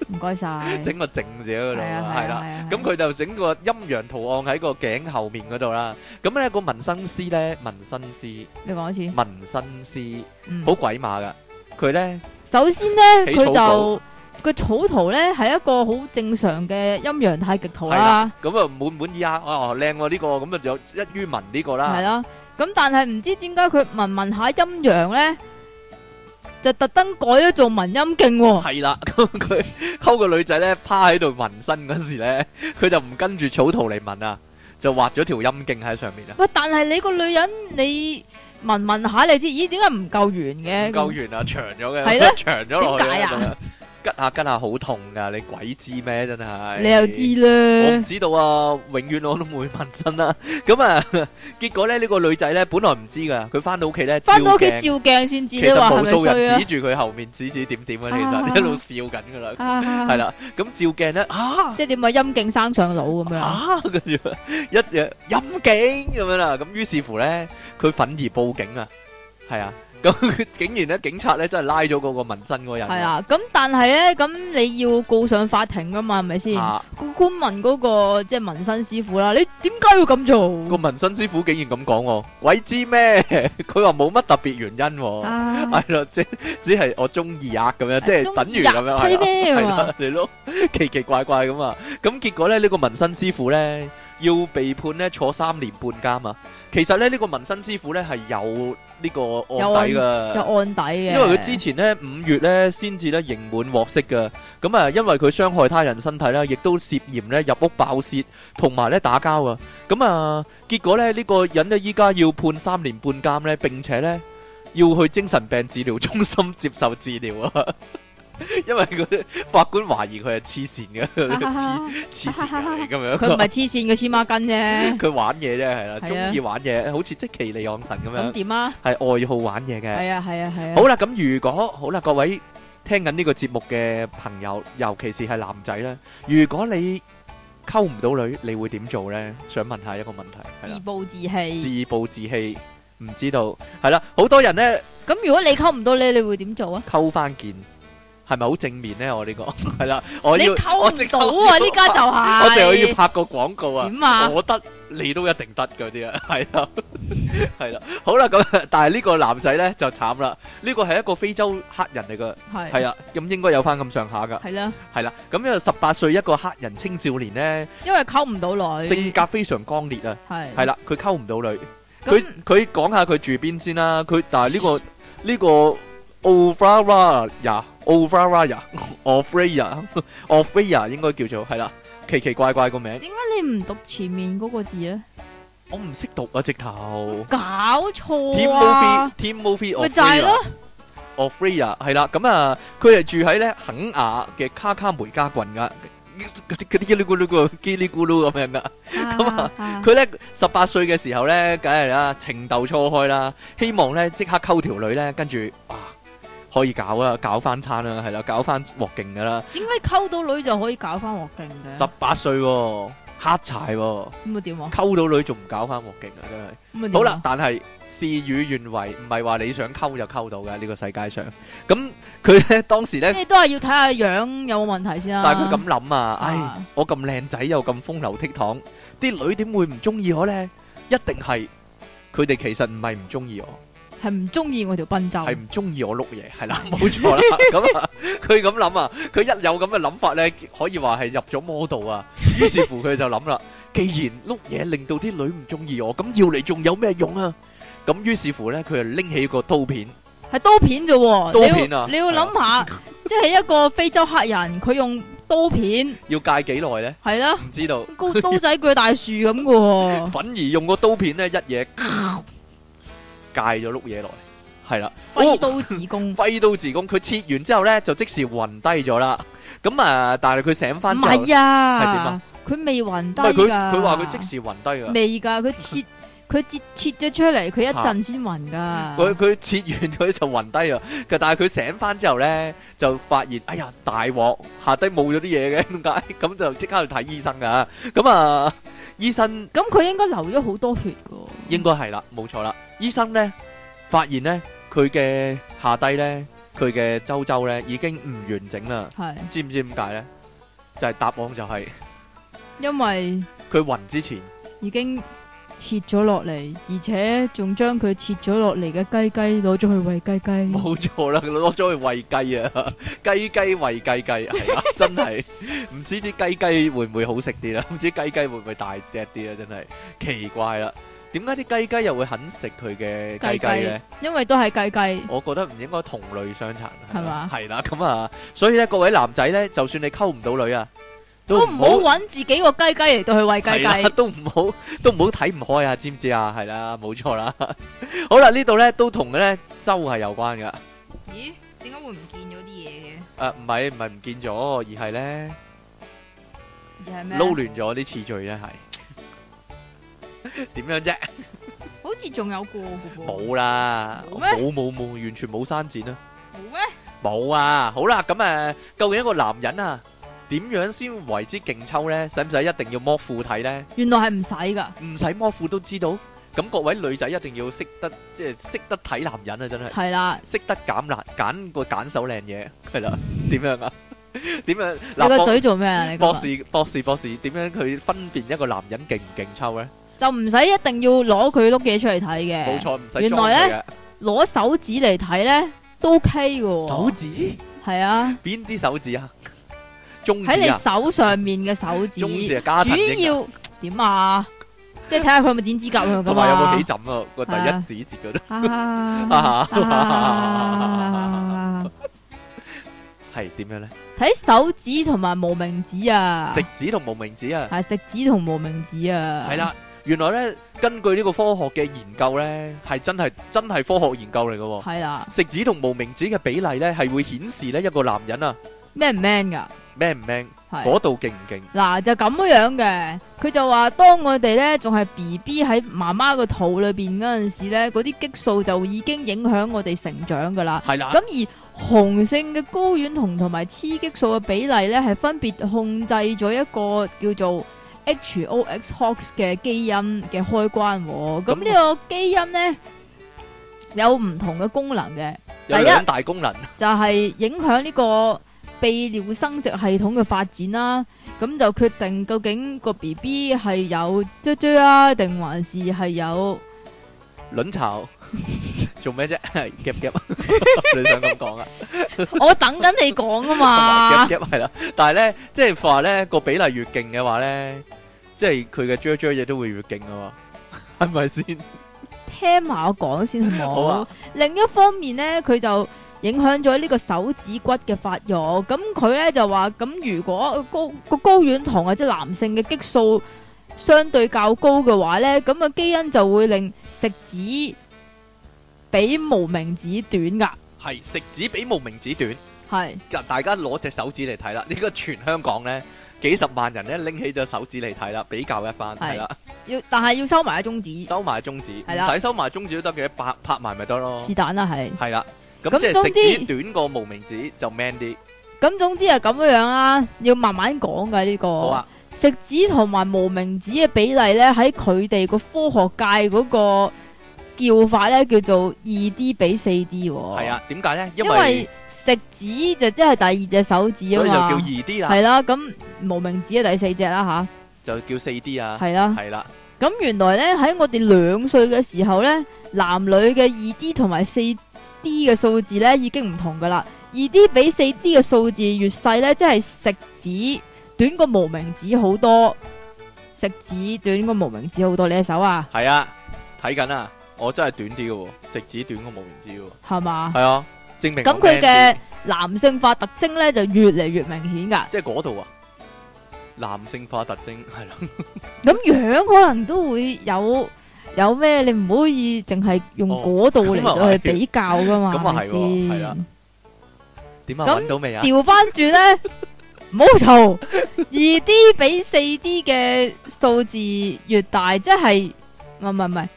Speaker 1: 唔該晒，
Speaker 2: 整個靜字喺嗰度
Speaker 1: 係啊
Speaker 2: 啊
Speaker 1: 係
Speaker 2: 係啦。
Speaker 1: 啦，
Speaker 2: 咁佢就整個陰陽圖案喺個頸後面嗰度啦。咁咧個紋身師咧，紋身師，
Speaker 1: 你講一次，
Speaker 2: 紋身師
Speaker 1: 嗯
Speaker 2: 好鬼馬噶。佢咧
Speaker 1: 首先咧，
Speaker 2: 起
Speaker 1: 佢
Speaker 2: 草
Speaker 1: 就個草圖咧係一個好正常嘅陰陽太極圖啦，
Speaker 2: 咁啊滿滿意啊，哦靚喎呢個，咁啊就一於紋呢個
Speaker 1: 係
Speaker 2: 啦。啊
Speaker 1: 啦。咁但係唔知點解佢紋紋下陰陽咧，就特登改咗做文陰勁喎。
Speaker 2: 係啦， 咁佢溝個女仔咧趴喺度紋身嗰時咧， 佢就唔跟住草圖嚟紋啊，就畫咗條陰莖喺上面啊。
Speaker 1: 喂，但係你個女人你紋紋下你知，咦？點解唔夠圓嘅？
Speaker 2: 唔夠完啊，長咗嘅，
Speaker 1: 係咯
Speaker 2: 長咗落去
Speaker 1: 點解啊
Speaker 2: 啊，咁樣吉下吉下好痛噶，你鬼知咩真係？
Speaker 1: 你又知
Speaker 2: 我唔
Speaker 1: 啦，
Speaker 2: 知道啊，永遠我都唔會紋身啦。 咁啊，結果咧呢個女仔咧本來唔知噶，佢翻到屋企咧，
Speaker 1: 翻到屋企
Speaker 2: 照
Speaker 1: 照
Speaker 2: 鏡
Speaker 1: 鏡先知
Speaker 2: 其
Speaker 1: 你話
Speaker 2: 實無
Speaker 1: 係咪
Speaker 2: 數
Speaker 1: 衰
Speaker 2: 人
Speaker 1: 啊？
Speaker 2: 指住佢後面指指點點
Speaker 1: 啊
Speaker 2: 啊，其實一路笑緊噶
Speaker 1: 係
Speaker 2: 啦，係，啦。咁照鏡咧，啊
Speaker 1: 即係點啊？陰莖生上腦咁樣。
Speaker 2: 啊，跟住一嘢陰警咁樣啦。啊咁於是乎咧，佢憤而報警啊，係啊。咁 竟然咧，警察咧真係拉咗嗰個紋身嗰個人啊。
Speaker 1: 系啦，咁但系咧，咁你要告上法庭噶嘛，系咪先？
Speaker 2: 啊
Speaker 1: 個官民嗰、個即係紋身師傅啦，你點解要咁
Speaker 2: 個
Speaker 1: 做？
Speaker 2: 紋身師傅竟然咁講喎，鬼知咩？佢話冇乜特別原因喎。
Speaker 1: 啊，
Speaker 2: 係咯，即只係我中意啊咁樣，即係等於咁樣
Speaker 1: 吹
Speaker 2: 係啦，
Speaker 1: 咩
Speaker 2: 係
Speaker 1: 啊
Speaker 2: 啦，你咯，奇奇怪怪咁啊！咁結果咧，呢個紋身師傅咧要被判咧坐三年半監啊！其實咧，呢個紋身師傅咧係有呢個案底
Speaker 1: 嘛？
Speaker 2: 噶，
Speaker 1: 有案底嘅，
Speaker 2: 因為佢之前咧五月咧先至咧刑滿獲釋噶。咁啊，因為佢傷害他人身體啦，亦都涉嫌咧入屋爆竊同埋咧打交啊。咁啊，結果咧呢個人咧依家要判三年半監咧，並且咧要去精神病治療中心接受治療啊。 因為佢法官懷疑佢係黐線嘅，黐
Speaker 1: 啊
Speaker 2: 黐線人嚟咁樣。
Speaker 1: 佢唔係黐線嘅黐孖筋啫，
Speaker 2: 佢玩嘢啫，係啦，
Speaker 1: 係啊
Speaker 2: 中意玩嘢，好似即其利昂神咁
Speaker 1: 咁
Speaker 2: 樣，
Speaker 1: 點啊？
Speaker 2: 係愛好玩嘢嘅。
Speaker 1: 係啊係啊係啊，
Speaker 2: 好啦，咁如果好啦，各位聽緊呢個節目嘅朋友，尤其是係男仔咧，如果你溝唔到女，你會點做咧？想問下一個問題，係
Speaker 1: 自
Speaker 2: 啦，
Speaker 1: 暴自
Speaker 2: 自
Speaker 1: 棄。
Speaker 2: 暴自棄，唔知道係啦，好多人咧
Speaker 1: 咁如果你溝唔到你，你會點做啊？
Speaker 2: 溝翻件，係咪好正面咧？我呢個係啦，我
Speaker 1: 你
Speaker 2: 要我
Speaker 1: 溝
Speaker 2: 直
Speaker 1: 唔到啊！呢家就係
Speaker 2: 我哋要拍個廣告啊！
Speaker 1: 點啊？
Speaker 2: 我得你都一定得嗰啲啊， 係啦，係啦，好啦，咁但係呢個男仔咧就慘啦，呢個係一個非洲黑人嚟噶。
Speaker 1: 係
Speaker 2: 係啊，咁應該有翻咁上下噶，
Speaker 1: 係啦，
Speaker 2: 係啦。咁因為十八歲一個黑人青少年呢，
Speaker 1: 因為溝唔到女，
Speaker 2: 性格非常剛烈啊，
Speaker 1: 係
Speaker 2: 係啦，佢溝唔到女。佢
Speaker 1: 咁
Speaker 2: 佢講下佢住邊先啦，佢但係呢 個呢個 Ovraya Ovraya Ofraya Ofraya 應該叫做係啦，奇奇怪怪個名，
Speaker 1: 點解你唔讀前面嗰個字咧？
Speaker 2: 我唔識讀啊直頭。
Speaker 1: 搞
Speaker 2: Team
Speaker 1: 錯
Speaker 2: Movie
Speaker 1: 啊！
Speaker 2: Team Movie Ofraya
Speaker 1: 咪就係咯，
Speaker 2: 哦 f r e e 啊，係啦，咁啊，佢係住喺咧肯雅嘅卡卡梅加郡噶，嗰啲嗰啲咕嚕咕嚕咕叽哩咕嚕咁樣噶。
Speaker 1: 咁
Speaker 2: 啊
Speaker 1: 啊
Speaker 2: 佢咧十八歲嘅時候咧，梗係啦，情竇初開啦，希望咧即刻溝條女咧，跟住哇可以搞啊，搞翻餐啦，係啦，搞翻鑊勁噶啦，
Speaker 1: 點解溝到女就可以搞翻鑊勁嘅？
Speaker 2: 十八歲喎，黑柴喎，
Speaker 1: 咁啊點啊？
Speaker 2: 溝到女仲唔搞翻鑊勁啊，真係。
Speaker 1: 咁啊點啊
Speaker 2: 好啦，，但係事與願違，唔係話你想溝就溝到嘅呢、個世界上。咁佢咧當時咧
Speaker 1: 即。係都係要睇下樣有冇問題先啦。
Speaker 2: 但係佢咁諗啊，
Speaker 1: 啊
Speaker 2: 唉，我咁靚仔又咁風流倜傥，啲女點會唔中意我呢？一定係佢哋其實唔係唔中意我，
Speaker 1: 係唔中意我條賓州，
Speaker 2: 係唔中意我碌嘢，係啦， 冇錯啦。咁啊，佢咁諗啊，佢一有咁嘅諗法呢，可以話係入咗魔道啊。於是乎佢就諗啦， 既然碌嘢令到啲女唔中意我，咁要嚟仲有咩用啊？咁於是乎呢，佢就拎起個刀片，
Speaker 1: 係刀片啫喎。
Speaker 2: 刀片啊
Speaker 1: 你要你要諗下， 即係一個非洲黑人，佢用刀片
Speaker 2: 要戒幾耐呢？
Speaker 1: 係啦，
Speaker 2: 唔知道。
Speaker 1: 高刀仔鋸大樹咁嘅喎。
Speaker 2: 哦 反而用個刀片咧一嘢戒咗碌嘢落嚟，係啦，
Speaker 1: 揮刀自宮，
Speaker 2: 揮刀自宮，佢切完之後呢，就即時暈低咗啦。咁啊，但係佢醒翻
Speaker 1: 唔
Speaker 2: 之後，
Speaker 1: 係
Speaker 2: 係點啊
Speaker 1: 啊，佢未暈低
Speaker 2: 唔係佢
Speaker 1: 㗎
Speaker 2: 佢話佢即時暈低㗎。嗯
Speaker 1: 未㗎，佢切佢切切咗出嚟，佢一陣先暈
Speaker 2: 佢
Speaker 1: 㗎。
Speaker 2: 佢切完佢就暈低啊！ 但係佢醒翻之後咧，就發現哎呀大鑊，下低冇咗啲嘢嘅，點解？咁就即刻去睇醫生噶。咁啊，醫生
Speaker 1: 咁佢應該流咗好多血㗎。
Speaker 2: 應該係啦，冇錯啦。醫生咧發現咧佢嘅下低咧，佢嘅周周咧已經唔完整 啦。
Speaker 1: 係
Speaker 2: 知唔知點解咧？就係、答案就係
Speaker 1: 因為
Speaker 2: 佢暈之前
Speaker 1: 已經切咗落嚟，而且仲將佢切咗落嚟嘅雞雞攞咗去餵雞雞。
Speaker 2: 冇錯啦，攞咗去餵雞啊， 雞雞餵雞雞，係啊，真係唔知啲雞雞會唔會好食啲啦，唔知雞雞會唔會大隻啲啦，真係奇怪啦。點解啲雞雞又會肯食佢嘅雞雞咧？
Speaker 1: 因為都係雞雞，
Speaker 2: 我覺得唔應該同類相殘，
Speaker 1: 係嘛
Speaker 2: 係啦，咁啊，所以咧，各位男仔咧，就算你溝唔到女啊，
Speaker 1: 都唔 好揾自己個雞雞嚟到去餵
Speaker 2: 係啦，
Speaker 1: 雞雞。
Speaker 2: 都唔好都唔好睇唔開啊，知唔知啊？係啦，冇錯啦。 好啦，呢度咧都同咧周係有關噶。
Speaker 1: 咦？點解會唔見咗啲嘢嘅？
Speaker 2: 誒唔係唔係唔見咗，而係咧。
Speaker 1: 而係咩？啊
Speaker 2: 撈亂咗啲次序咧，係 點樣啫？
Speaker 1: 好似仲有個嘅噃。
Speaker 2: 冇啦，
Speaker 1: 冇咩
Speaker 2: 冇冇冇，完全冇刪剪啊，
Speaker 1: 冇咩？
Speaker 2: 冇啊！好啦，咁誒、呃究竟一個男人啊，點樣先為之勁抽咧？使唔使一定要剝褲睇咧？
Speaker 1: 原來係唔使㗎，
Speaker 2: 唔使剝褲都知道。咁各位女仔一定要識得，即係識得睇男人啊！真係。
Speaker 1: 係啦。
Speaker 2: 識得減辣，揀個揀手靚嘢，係啦，點樣啊？點樣？
Speaker 1: 你個
Speaker 2: 博
Speaker 1: 嘴做咩啊？你個
Speaker 2: 博士博士博士，點樣佢分辨一個男人勁唔勁抽咧？
Speaker 1: 就唔使一定要攞佢碌嘢出嚟睇嘅。
Speaker 2: 冇，錯，唔使
Speaker 1: 原
Speaker 2: 裝
Speaker 1: 來
Speaker 2: 佢
Speaker 1: 呢
Speaker 2: 嘅。
Speaker 1: 攞手指嚟睇咧都 OK 嘅喎。
Speaker 2: 手指？
Speaker 1: 係啊，
Speaker 2: 邊啲手指啊？ 中指
Speaker 1: 喺你
Speaker 2: 啊？
Speaker 1: 手上面嘅手指，
Speaker 2: 中指
Speaker 1: 主
Speaker 2: 啊？加藤英啊
Speaker 1: 要點啊？即係睇下佢有冇剪指甲佢㗎
Speaker 2: 同埋有
Speaker 1: 嘛
Speaker 2: 冇起。枕啊？個
Speaker 1: 啊
Speaker 2: 第一指節嗰度
Speaker 1: 啊啊
Speaker 2: 係點樣咧？
Speaker 1: 睇手指同埋無名指啊，
Speaker 2: 食指同無名指啊？
Speaker 1: 係食指同無名指啊，
Speaker 2: 係啦，原來咧根據呢個科學嘅研究咧，係真係真係科學研究嚟嘅喎。
Speaker 1: 係啦，
Speaker 2: 食指同無名指嘅比例咧，係會顯示咧一個男人啊
Speaker 1: man 唔 man 噶？
Speaker 2: man 唔 man，
Speaker 1: 係。
Speaker 2: 嗰度勁唔勁？
Speaker 1: 嗱就咁樣嘅，佢就話當我哋咧仲係 B B 喺媽媽個肚裏邊嗰陣時咧，嗰啲激素就已經影響我哋成長噶啦。
Speaker 2: 係啦
Speaker 1: 咁，而雄性嘅睾丸酮同埋雌激素嘅比例咧，係分別控制咗一個叫做 HOX HOX 嘅基因嘅開關喎。咁
Speaker 2: 咁
Speaker 1: 呢個基因咧有唔同嘅功能嘅，
Speaker 2: 有
Speaker 1: 第一
Speaker 2: 兩大功能，
Speaker 1: 就係影響呢個泌尿生殖系統嘅發展啦。咁就決定究竟個 B B 係有啫啫啊，定還是係有
Speaker 2: 卵巢做咩啫？夾夾，你想咁講啊？
Speaker 1: 我等緊你講啊嘛 À.
Speaker 2: 同埋，夾夾係啦。但係咧，即係話咧個比例越勁嘅話咧，即係佢嘅啫啫嘢都會越勁啊嘛，係咪先？
Speaker 1: 聽埋我講先好唔好
Speaker 2: 好啊？
Speaker 1: 另一方面呢，佢就影響咗呢個手指骨嘅發育。咁佢呢就話：咁如果高個睾丸酮或者男性嘅激素相對較高嘅話呢，咁啊基因就會令食指比無名指短噶。
Speaker 2: 係食指比無名指短，
Speaker 1: 係
Speaker 2: 大家攞隻手指嚟睇啦。呢、個全香港咧幾十萬人咧拎起隻手指嚟睇啦，比較一番
Speaker 1: 係
Speaker 2: 係啦，
Speaker 1: 要，但係要收埋一中指，
Speaker 2: 收埋中指，唔
Speaker 1: 係啦
Speaker 2: 使收埋中指都得嘅，拍拍埋咪得咯。
Speaker 1: 是但啦係。
Speaker 2: 係啦，咁
Speaker 1: 咁
Speaker 2: 即係
Speaker 1: 總
Speaker 2: 食指
Speaker 1: 之
Speaker 2: 短過無名指就 man 啲，
Speaker 1: 咁總之係咁樣樣啦，要慢慢講噶呢個。
Speaker 2: 好啊，
Speaker 1: 食指同埋無名指嘅比例咧，喺佢哋個科學界嗰個叫法咧，叫做二 D 比四 D 喎。
Speaker 2: 係，啊，點解咧？因
Speaker 1: 因
Speaker 2: 為
Speaker 1: 為食指就即係第二隻手指啊
Speaker 2: 所以就叫
Speaker 1: 嘛
Speaker 2: 二，D 啊啦，
Speaker 1: 係啦，咁無名指係第四隻啦
Speaker 2: 就叫四 D
Speaker 1: 吓，
Speaker 2: 啊，
Speaker 1: 係啦。
Speaker 2: 係啦，
Speaker 1: 咁原來咧喺我哋兩歲嘅時候咧，男女嘅二 D 同埋四 D 嘅數字咧已經唔同噶啦。二 D 比四 D 嘅數字越細咧，即係食指短過無名指好多，食指短過無名指好多。你隻手啊，
Speaker 2: 係啊，睇緊啊，我真係短啲嘅喎，食指短過無名指喎。
Speaker 1: 係嘛？
Speaker 2: 係啊，證明
Speaker 1: 咁
Speaker 2: 我
Speaker 1: 佢
Speaker 2: man
Speaker 1: 嘅
Speaker 2: 啲
Speaker 1: 男性化特徵咧就越嚟越明顯噶。
Speaker 2: 即係嗰度啊，男性化特徵係啦，
Speaker 1: 咁樣可能都會有有咩你唔可以淨係用
Speaker 2: 哦
Speaker 1: 嗰度嚟
Speaker 2: 咁啊
Speaker 1: 到去
Speaker 2: 係
Speaker 1: 比較噶嘛？
Speaker 2: 咁啊係喎
Speaker 1: 係咪
Speaker 2: 係啦
Speaker 1: 先？
Speaker 2: 點啊，
Speaker 1: 咁
Speaker 2: 搵到未啊？
Speaker 1: 調翻轉咧，唔好嘈。二 D 比四 D 嘅數字越大，即係唔係唔係唔係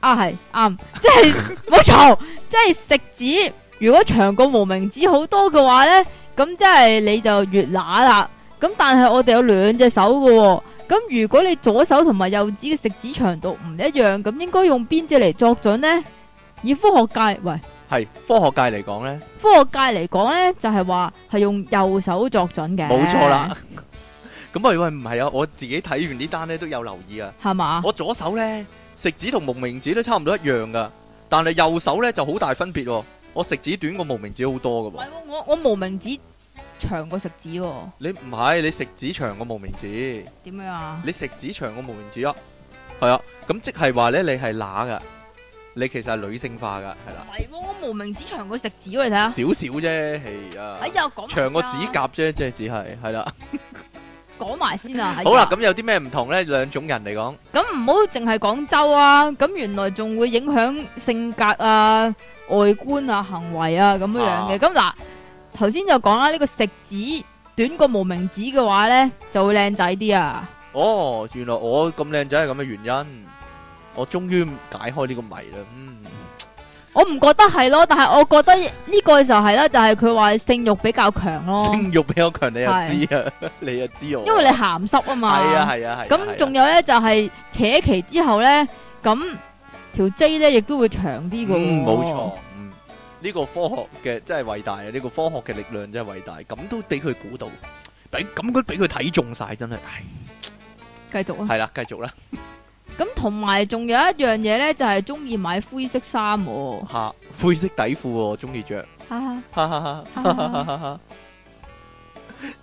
Speaker 1: 啊係啱，即係唔好嘈。即係食指如果長過無名指好多嘅話咧，咁即係你就越乸啦。咁但係我哋有兩隻手嘅喎、咁如果你左手同埋右指嘅食指長度唔一樣，咁應該用邊隻嚟作準呢？以科學界喂。
Speaker 2: 係，科學界嚟講呢，
Speaker 1: 科學界嚟講咧，就係話係用右手作準嘅，
Speaker 2: 冇錯啦。 咁啊，喂，唔係啊，我自己睇完呢單呢，都有留意啊。
Speaker 1: 係嘛？
Speaker 2: 我左手呢，食指同無名指都差唔多一樣㗎，但係右手呢，就好大分別喎。我食指短過無名指好多㗎喎。
Speaker 1: 唔係我我我無名指長過食指喎，
Speaker 2: 你唔係，你食指長過無名指。
Speaker 1: 點樣啊？
Speaker 2: 你食指長過無名指啊？係啊，咁即係話咧，你係乸噶，你其實係女性化噶，係
Speaker 1: 唔
Speaker 2: 啦，
Speaker 1: 係喎，我無名指長過食指喎，你睇下。
Speaker 2: 少少啫，係啊
Speaker 1: 啊哎，呀，講
Speaker 2: 長
Speaker 1: 個
Speaker 2: 過指，甲啫，即係只係係啦。
Speaker 1: 講埋先啊！哎呀
Speaker 2: 好啦，咁有啲咩唔同咧？兩種人嚟講，
Speaker 1: 咁唔好淨係講州啊，咁原來仲會影響性格啊、外觀啊、行為啊咁樣樣嘅。咁嗱、頭先就講啦，呢、個食指短過無名指嘅話咧，就會靚仔啲啊。
Speaker 2: 哦，原來我咁靚仔係咁嘅原因，我終於解開呢個謎啦。嗯，
Speaker 1: 我唔覺得係咯，但係我覺得呢個就係啦，就係佢話性慾比較強咯，
Speaker 2: 性慾比較強，你又
Speaker 1: 哦係
Speaker 2: 知啊， 你又知我，
Speaker 1: 因為你鹹濕啊
Speaker 2: 係
Speaker 1: 嘛。
Speaker 2: 啊係啊係啊。係啊
Speaker 1: 咁仲有咧就係扯旗之後咧，咁條 J 咧亦都會長啲嘅喎。
Speaker 2: 嗯，冇錯，嗯，呢個科學嘅真係偉大啊！呢個科學嘅力量真係偉大，咁都俾佢估到，俾咁佢俾佢睇中晒，真係，唉
Speaker 1: 繼續啊。
Speaker 2: 係啦，繼續啦，
Speaker 1: 咁同埋仲有一樣嘢咧，就係中意買灰色衫喎。
Speaker 2: 吓灰色底褲我中意着，
Speaker 1: 啊
Speaker 2: 哈哈哈哈哈哈哈，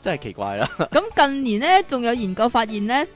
Speaker 2: 真係奇怪啦，
Speaker 1: 咁近年咧，仲有研究發現咧，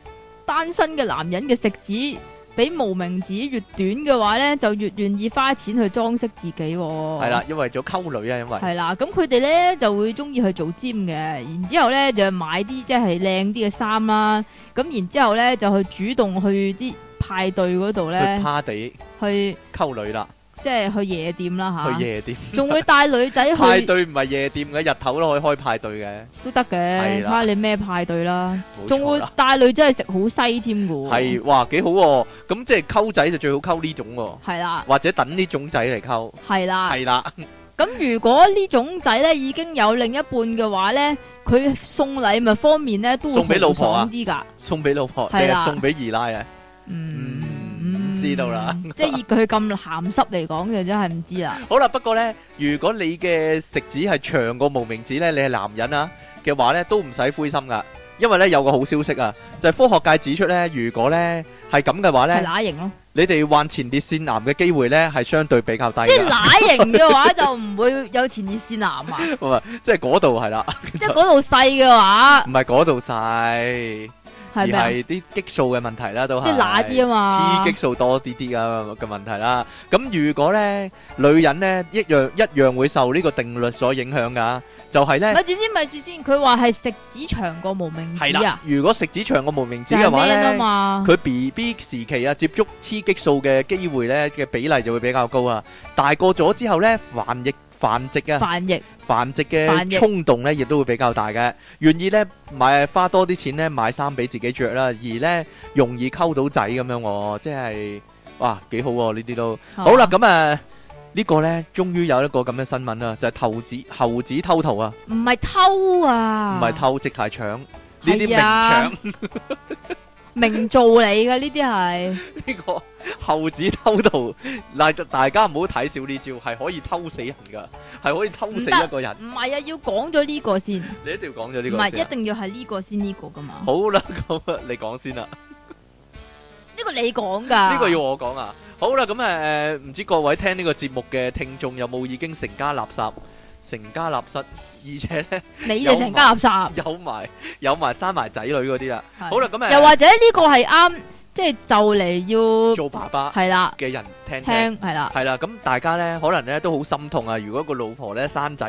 Speaker 1: 單身嘅男人嘅食指比無名指越短嘅話咧，就越願意花錢去裝飾自己喎。
Speaker 2: 係啦，因為咗溝女啊，因為
Speaker 1: 系啦，咁佢哋咧就會中意去做尖嘅，然之后咧就買啲即係靚啲嘅衫啦，咁然之后咧就去主動去啲派對嗰度
Speaker 2: 去
Speaker 1: 咧，
Speaker 2: party
Speaker 1: 去
Speaker 2: 溝女啦，
Speaker 1: 即係去夜店啦
Speaker 2: 去夜店
Speaker 1: 吓，仲會帶女仔
Speaker 2: 派
Speaker 1: 去
Speaker 2: 對唔係夜店嘅，日頭都可以開派對嘅，
Speaker 1: 都得嘅，
Speaker 2: 係
Speaker 1: 睇
Speaker 2: 啦
Speaker 1: 下你咩派對啦，
Speaker 2: 冇
Speaker 1: 仲
Speaker 2: 錯
Speaker 1: 會
Speaker 2: 啦，
Speaker 1: 帶女仔去食好西添噶喎，
Speaker 2: 係哇幾好喎，咁即係溝仔就最好溝呢種喎，
Speaker 1: 係啦
Speaker 2: 或者等呢種仔嚟溝。
Speaker 1: 係啦，
Speaker 2: 系啦，
Speaker 1: 咁如果呢種仔咧已經有另一半嘅話咧，佢送禮物方面咧都會
Speaker 2: 送俾老婆啊
Speaker 1: 豪爽啲噶。
Speaker 2: 送俾老婆定
Speaker 1: 係啦
Speaker 2: 系送俾二奶啊？
Speaker 1: 嗯，
Speaker 2: 知道啦。
Speaker 1: 即系以佢咁鹹濕嚟講，就真係唔知 啦。
Speaker 2: 好啦，不過呢，如果你嘅食指係長過無名指呢，你係男人啊嘅話呢，都唔使灰心噶，因為呢有個好消息啊，就係科學界指出呢，如果呢係咁嘅話
Speaker 1: 係
Speaker 2: 呢，
Speaker 1: 乸型咯，
Speaker 2: 你哋患前列腺癌嘅機會呢係啊相對比較低
Speaker 1: 即係
Speaker 2: 㗎，
Speaker 1: 乸型嘅話就唔會有前列腺 癌啊。
Speaker 2: 即係嗰度係啦，
Speaker 1: 即係嗰度細嘅話
Speaker 2: 唔係嗰度細，而
Speaker 1: 係咪啊？
Speaker 2: 係啲激素嘅問題啦，都係
Speaker 1: 即係乸啲啊嘛
Speaker 2: 雌激素多啲啲啊嘅問題啦。咁如果咧女人咧一樣一樣會受呢個定律所影響噶，就係咧
Speaker 1: 咪住先，咪住先。佢話係食指長過無名
Speaker 2: 係
Speaker 1: 指
Speaker 2: 啦
Speaker 1: 啊，，
Speaker 2: 如果食指長過無名指
Speaker 1: 就
Speaker 2: 嘅
Speaker 1: 係
Speaker 2: 話
Speaker 1: man 啊
Speaker 2: 咧。
Speaker 1: 嘛。
Speaker 2: 佢 B B 時期啊，接觸雌激素嘅機會咧嘅比例就會比較高啊。大個咗之後咧，繁殖繁殖啊，
Speaker 1: 繁殖
Speaker 2: 繁殖嘅
Speaker 1: 繁殖
Speaker 2: 衝動咧，亦都會比較大嘅。願意咧買花多啲錢咧買衫俾自己着啦，而咧容易溝到仔咁樣喎，即係哇幾好喎呢啲都。
Speaker 1: 哦
Speaker 2: 好啦，，咁啊呢個咧終於有一個咁嘅新聞啦，就係投子猴子偷桃啊，
Speaker 1: 唔係偷
Speaker 2: 唔
Speaker 1: 啊，
Speaker 2: 係偷即係搶呢啲
Speaker 1: 係
Speaker 2: 明
Speaker 1: 啊
Speaker 2: 搶，
Speaker 1: 明做你嘅呢啲係
Speaker 2: 呢個猴子偷桃，嗱大家唔好睇少呢招，係可以偷死人噶，係可以偷
Speaker 1: 唔
Speaker 2: 死
Speaker 1: 得
Speaker 2: 一個人。
Speaker 1: 唔係啊？要講咗呢個先，唔
Speaker 2: 你一定要講咗呢個
Speaker 1: 係
Speaker 2: 先
Speaker 1: 一
Speaker 2: 啊。
Speaker 1: 定要係呢個先呢個噶嘛？
Speaker 2: 好啦，咁啊你講先啦。
Speaker 1: 呢個你講㗎，
Speaker 2: 呢個要我講啊！好啦，咁誒，呃唔知各位聽呢個節目嘅聽眾有冇已經成家立室、成家立室，而且咧
Speaker 1: 你就成家垃圾。
Speaker 2: 有埋 有埋生埋仔女嗰啲啦。
Speaker 1: 係
Speaker 2: 好啦，咁誒，
Speaker 1: 又或者呢個係啱，即係就嚟要
Speaker 2: 做爸爸
Speaker 1: 係啦，
Speaker 2: 嘅人聽聽
Speaker 1: 聽係啦，
Speaker 2: 係啦，咁大家咧可能咧都好心痛啊！如果個老婆咧生仔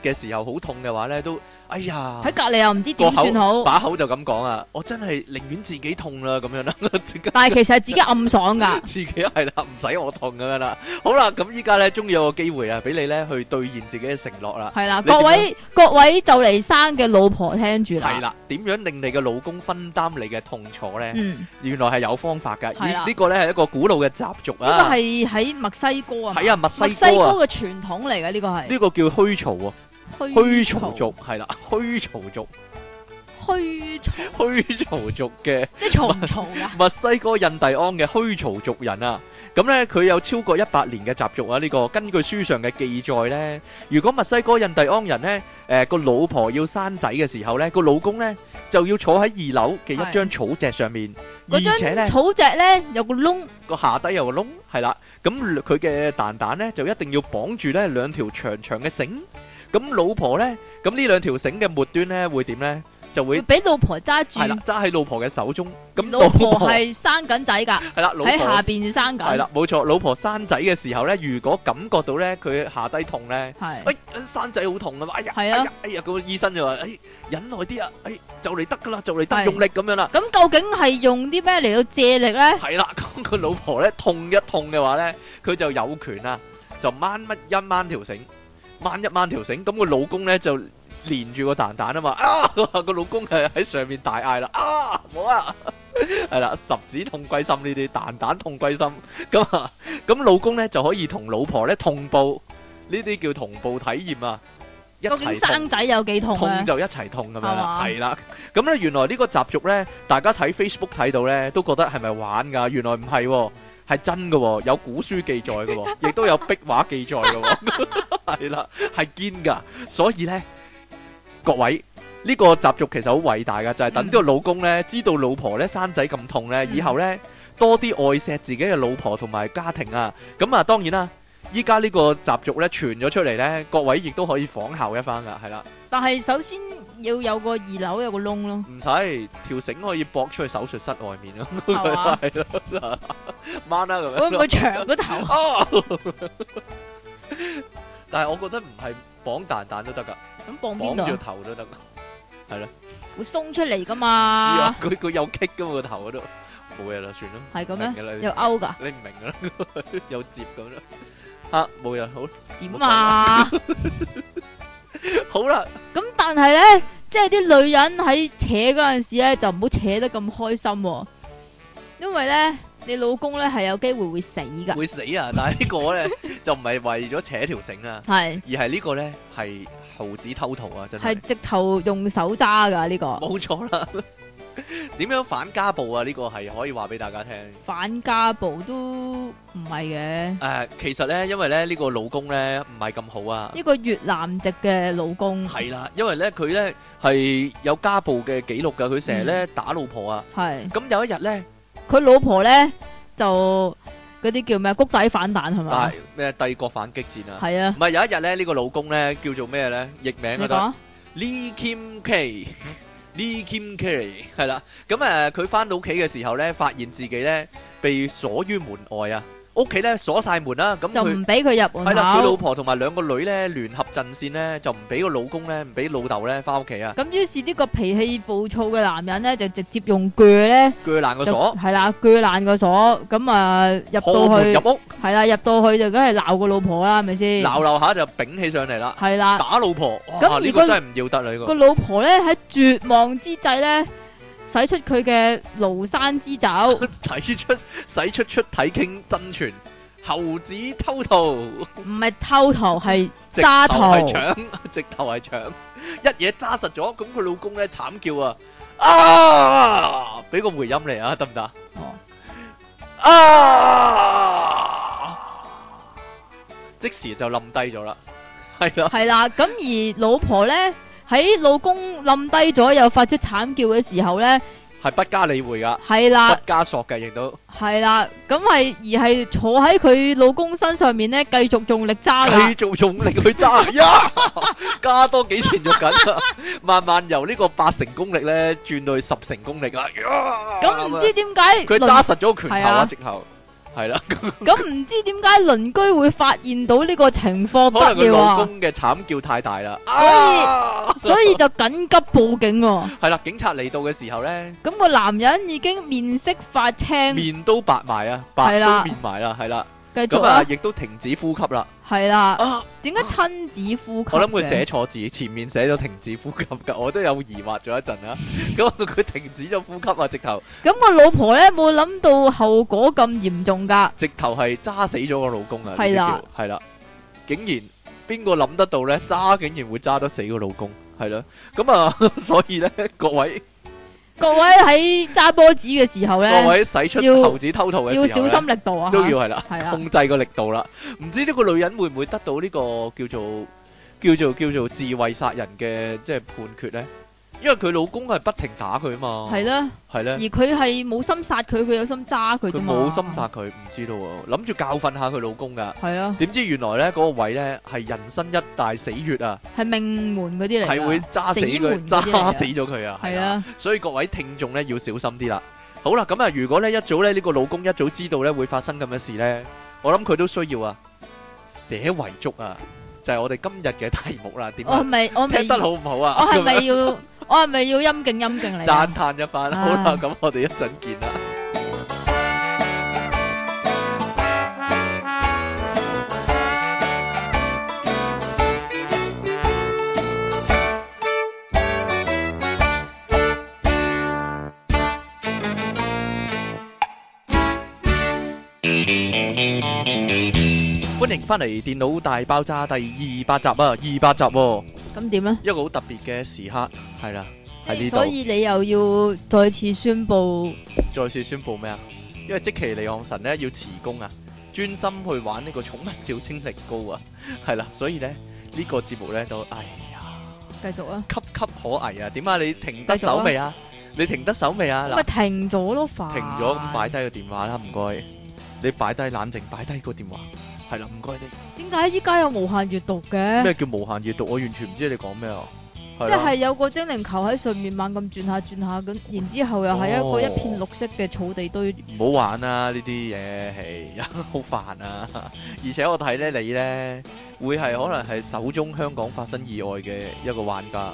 Speaker 2: 嘅時候好痛嘅話咧，都哎呀，
Speaker 1: 喺隔離又唔知點
Speaker 2: 個口
Speaker 1: 算好，
Speaker 2: 把口就咁講啊，我真係寧願自己痛啦咁樣啦，即刻
Speaker 1: 但係其實係自己暗爽 㗎。
Speaker 2: 自己係啦，唔使我痛咁樣啦。好啦，咁依家咧終於有個機會啊，俾你咧去兌現自己嘅承諾啦。
Speaker 1: 係啦，
Speaker 2: 你點
Speaker 1: 各位各位就嚟生嘅老婆聽住
Speaker 2: 係
Speaker 1: 啦。
Speaker 2: 啦，點樣令你嘅老公分擔你嘅痛楚咧？
Speaker 1: 嗯，
Speaker 2: 原來係有方法㗎。
Speaker 1: 係啦
Speaker 2: 咦呢個咧係一個古老嘅習俗
Speaker 1: 呢個
Speaker 2: 啊。
Speaker 1: 係喺墨西哥啊嘛，
Speaker 2: 係啊，墨
Speaker 1: 墨
Speaker 2: 西
Speaker 1: 西
Speaker 2: 哥啊，
Speaker 1: 哥嘅傳統嚟嘅呢個係
Speaker 2: 呢個叫虛曹啊，虛曹族係啦，虛曹族，
Speaker 1: 虛曹，
Speaker 2: 虛曹族嘅。？
Speaker 1: 即係啊嘈唔嘈噶
Speaker 2: 墨西哥印第安嘅虛曹族人啊，咁呢，佢有超過一百年嘅習俗啊。呢、個根據書上嘅記載呢，如果墨西哥印第安人呢，誒、個老婆要生仔嘅時候呢，個老公呢就要坐喺二樓嘅一張草席上面，而
Speaker 1: 嗰張
Speaker 2: 且呢，
Speaker 1: 草席咧有個窿，
Speaker 2: 個下低有個窿，係啦，咁佢嘅蛋蛋呢就一定要綁住呢兩條長長嘅繩。咁老婆呢，咁呢兩條繩嘅末端呢會點呢？就會
Speaker 1: 要俾老婆揸住
Speaker 2: 係。啦，揸喺老婆嘅手中。咁
Speaker 1: 老婆係生緊仔㗎，
Speaker 2: 係啦，老
Speaker 1: 喺
Speaker 2: 婆
Speaker 1: 下邊生緊。
Speaker 2: 系啦，冇錯，老婆生仔嘅時候咧，如果感覺到咧佢下低痛咧，
Speaker 1: 係，
Speaker 2: 哎，生仔好痛啊！哎呀，哎
Speaker 1: 嗯係啊
Speaker 2: 呀，哎呀，個醫生就話：，哎，忍耐啲啊，哎，就嚟得噶啦，就嚟得，
Speaker 1: 係
Speaker 2: 用力咁樣啦。
Speaker 1: 咁究竟係用啲咩嚟到借力咧？
Speaker 2: 係啦， 咁佢老婆咧痛一痛嘅話咧，佢就有權啦，就掹乜一掹條繩，掹一掹條繩，咁個老公咧就連住個蛋蛋啊嘛，啊， 個老公係喺上面大嗌啦，啊，冇啊， 係啦，十指痛歸心呢啲，蛋蛋痛歸心，咁啊，咁老公咧就可以同老婆咧同步，呢啲叫同步體驗啊，一
Speaker 1: 究竟
Speaker 2: 齊痛
Speaker 1: 生。仔有幾痛
Speaker 2: 痛
Speaker 1: 咧？
Speaker 2: 就一齊痛咁樣
Speaker 1: 係
Speaker 2: 啦，
Speaker 1: 嘛
Speaker 2: 係啦。咁咧原來呢個習俗呢，大家睇 Facebook 睇到呢，都覺得係咪玩㗎？原來唔係喎，係真嘅喎，有古書記載 嘅喎，亦都有壁畫記載嘅喎， 係啦，係堅㗎。所以呢，各位。呢個習俗其實好偉大㗎，就係等呢個老公呢，知道老婆呢生仔咁痛呢，
Speaker 1: 嗯
Speaker 2: 以後呢，多啲愛錫自己嘅老婆同埋家庭啊。咁啊，當然啦，依家呢個習俗呢傳咗出嚟呢，各位亦都可以仿效一番㗎，係啦。
Speaker 1: 但係首先要有個二樓有個窿 咯，
Speaker 2: 唔使條繩可以駁出去手術室外面咯，
Speaker 1: 係嘛？
Speaker 2: 係咯，掹啦咁
Speaker 1: 會
Speaker 2: 樣
Speaker 1: 唔
Speaker 2: 咯。
Speaker 1: 會長個頭？
Speaker 2: 哦，但係我覺得唔係綁蛋蛋都得噶，
Speaker 1: 咁放邊度
Speaker 2: 綁住
Speaker 1: 啊？
Speaker 2: 頭都得㗎。
Speaker 1: 會鬆出嚟㗎
Speaker 2: 知
Speaker 1: 嘛
Speaker 2: 啊？，佢佢有棘噶嘛個頭嗰度，冇嘢啦，算啦。
Speaker 1: 係咁
Speaker 2: 明
Speaker 1: 咩？
Speaker 2: 㗎啦
Speaker 1: 有勾㗎？
Speaker 2: 你唔明㗎啦， 有接咁啦。啊，冇嘢，好，
Speaker 1: 點 啊？
Speaker 2: 好啦，
Speaker 1: 咁但係咧，即係啲女人喺扯嗰陣時咧，就唔好扯得咁開心、喎，因為咧你老公咧係有機會會死噶，
Speaker 2: 會死啊！但係呢個咧就唔係為咗扯條繩啊，
Speaker 1: 係
Speaker 2: 而係呢個咧係猴子偷桃啊，真係
Speaker 1: 係。直頭用手揸噶呢個
Speaker 2: 冇錯啦。點樣反家暴啊？呢、個係可以話俾大家聽。誒、
Speaker 1: 反家暴都唔係嘅，
Speaker 2: 其實呢，因為咧呢、呢個老公呢唔係咁好啊。
Speaker 1: 呢個越南籍嘅老公
Speaker 2: 係啦，因為呢，佢呢係有家暴嘅記錄㗎，佢成日呢打老婆啊。
Speaker 1: 係
Speaker 2: 咁有一日呢，
Speaker 1: 佢老婆咧就嗰啲叫咩谷底反彈係
Speaker 2: 啊
Speaker 1: 嘛？
Speaker 2: 咩帝國反擊戰啊，
Speaker 1: 係啊，
Speaker 2: 唔係有一日呢，呢、個老公呢叫做咩呢？譯名
Speaker 1: 你
Speaker 2: 嗰
Speaker 1: 講
Speaker 2: 得
Speaker 1: 啊
Speaker 2: Lee Kim K。Lee Kim K 係啦，咁誒佢翻到屋企嘅時候呢，發現自己呢被鎖於門外啊，屋企呢鎖晒門啦，咁
Speaker 1: 就
Speaker 2: 佢。
Speaker 1: 唔俾佢入
Speaker 2: 係
Speaker 1: 門
Speaker 2: 啦，佢老
Speaker 1: 口，
Speaker 2: 婆同埋兩個女咧聯合陣線咧，就唔俾個老公咧，唔俾老豆咧翻屋企啊，
Speaker 1: 咁於是呢個脾氣暴躁嘅男人咧就直接用鋸咧。
Speaker 2: 鋸爛個
Speaker 1: 就
Speaker 2: 鎖，
Speaker 1: 係啦，鋸爛個鎖，咁啊入
Speaker 2: 破
Speaker 1: 到
Speaker 2: 門
Speaker 1: 去
Speaker 2: 入屋，
Speaker 1: 係啦，入到去就梗係鬧個老婆啦，係咪先？
Speaker 2: 鬧鬧下就丙起上嚟啦，
Speaker 1: 係啦，
Speaker 2: 打老婆，
Speaker 1: 咁
Speaker 2: 哇！
Speaker 1: 而
Speaker 2: 呢個
Speaker 1: 個
Speaker 2: 真係唔要得啦，呢
Speaker 1: 個
Speaker 2: 個
Speaker 1: 老婆咧喺絕望之際咧，使出佢嘅廬山之爪，
Speaker 2: 使出使出出體傾真傳，猴子偷桃。
Speaker 1: 唔係偷桃係
Speaker 2: 直頭
Speaker 1: 揸
Speaker 2: 係
Speaker 1: 桃，
Speaker 2: 搶， 直頭係搶，一嘢揸實咗，咁佢老公咧慘叫啊！啊！俾個回音嚟啊，得唔得啊？啊！即時就冧低咗啦，係啦，
Speaker 1: 係啦。咁而老婆咧喺老公冧低咗又發出慘叫嘅時候咧，
Speaker 2: 係不加理會噶，
Speaker 1: 係啦
Speaker 2: 不加索嘅，亦都
Speaker 1: 係啦，咁係而係坐喺佢老公身上面咧，繼續用力揸啦。
Speaker 2: 繼續用力去 揸，呀！加多幾錢肉緊啊！慢慢由呢個八成功力咧轉到去十成功力啦，呀
Speaker 1: 咁唔知點解
Speaker 2: 佢
Speaker 1: 輪
Speaker 2: 揸實咗個拳頭
Speaker 1: 係
Speaker 2: 啊，
Speaker 1: 啊
Speaker 2: 直頭係啦，
Speaker 1: 咁唔知點解鄰居會發現到呢個情況
Speaker 2: 可能
Speaker 1: 不
Speaker 2: 佢
Speaker 1: 妙
Speaker 2: 老
Speaker 1: 啊，
Speaker 2: 公嘅慘叫太大啦，啊
Speaker 1: 以所以就緊急報警喎。
Speaker 2: 係啦，警察嚟到嘅時候咧，
Speaker 1: 咁個男人已經面色發青，
Speaker 2: 面都白埋啊，白
Speaker 1: 嗯係
Speaker 2: 都
Speaker 1: 啦
Speaker 2: 面埋啦，係啦，
Speaker 1: 繼續
Speaker 2: 咁啊
Speaker 1: 啦，
Speaker 2: 亦都停止呼吸啦。
Speaker 1: 係啦。
Speaker 2: 啊，
Speaker 1: 點解親子呼吸嘅？
Speaker 2: 我諗佢寫錯字，前面寫咗停止呼吸噶，我都有疑惑咗一陣 啊。咁佢停止咗呼吸啊，直頭
Speaker 1: 咁個老婆咧冇諗到後果咁嚴重㗎，
Speaker 2: 直頭係揸死咗個老公啊！呢啲
Speaker 1: 係啦
Speaker 2: 叫，係啦，竟然邊個諗得到咧？揸竟然會揸得死個老公，係啦。咁啊， 所以咧，各位
Speaker 1: 各位喺揸波子嘅時候
Speaker 2: 各
Speaker 1: 咧，
Speaker 2: 位使出
Speaker 1: 要
Speaker 2: 投子偷桃嘅時候
Speaker 1: 要
Speaker 2: 呢
Speaker 1: 小心力度啊！
Speaker 2: 都要係啦，
Speaker 1: 係啦
Speaker 2: 控制個力度啦。唔知呢個女人會唔會得到呢個叫做叫做叫做自衛殺人嘅即係判決咧？因為佢老公係不停打佢啊嘛，
Speaker 1: 係啦，
Speaker 2: 係咧
Speaker 1: 而。佢係冇心殺佢，佢有心揸佢啫
Speaker 2: 佢
Speaker 1: 嘛。
Speaker 2: 冇心殺佢，唔知道喎，諗住教訓下佢老公噶。
Speaker 1: 係啊，
Speaker 2: 點知原來呢嗰個位呢係人生一大死穴啊，
Speaker 1: 係命門嗰啲嚟㗎，
Speaker 2: 係會揸死佢，
Speaker 1: 啊門嗰啲嚟㗎
Speaker 2: 揸死咗佢啊，係
Speaker 1: 係
Speaker 2: 啊。
Speaker 1: 啊，
Speaker 2: 所以各位聽眾呢要小心啲啦。好啦，咁啊，如果呢一早呢呢個老公一早知道呢會發生咁嘅事呢，我諗佢都需要啊寫遺囑啊，就係我哋今日嘅題目啦。點
Speaker 1: 我係
Speaker 2: 啊？
Speaker 1: 咪我係咪
Speaker 2: 聽得好唔好啊？
Speaker 1: 我哦係咪要我係咪要陰勁陰勁嚟
Speaker 2: 讚
Speaker 1: 啊？
Speaker 2: 嘆一番。
Speaker 1: 啊
Speaker 2: 好啦，咁我哋一陣見啦。歡迎翻嚟《電腦大爆炸》第二百集啊，二百集喎、
Speaker 1: 咁點咧？
Speaker 2: 一個好特別嘅時刻，係啦，喺呢度
Speaker 1: 所。以你又要再次宣布
Speaker 2: 再次宣布咩啊？因為即其利昂神咧要辭工啊，專心去玩呢個寵物小精靈高啊， 係啦，所以咧呢、個節目咧都哎呀
Speaker 1: 繼續啊？
Speaker 2: 岌岌可危啊！點啊？你停得手未啊？你停得手未
Speaker 1: 咁
Speaker 2: 啊？
Speaker 1: 咪啊
Speaker 2: 嗱，
Speaker 1: 停咗咯，快
Speaker 2: 停咗咁擺低個電話啦，唔該，你擺低冷靜，擺低個電話，係啦，唔該你。
Speaker 1: 點解依家有無限閱讀嘅？
Speaker 2: 咩叫無限閱讀？我完全唔知你講咩啊！
Speaker 1: 即係有個精靈球喺上面猛咁轉下轉下咁，然之後又係一
Speaker 2: 哦
Speaker 1: 個一片綠色嘅草地堆。
Speaker 2: 唔好玩啦呢啲嘢，係好煩啊！ 而且我睇咧你咧會係可能係首宗香港發生意外嘅一個玩家，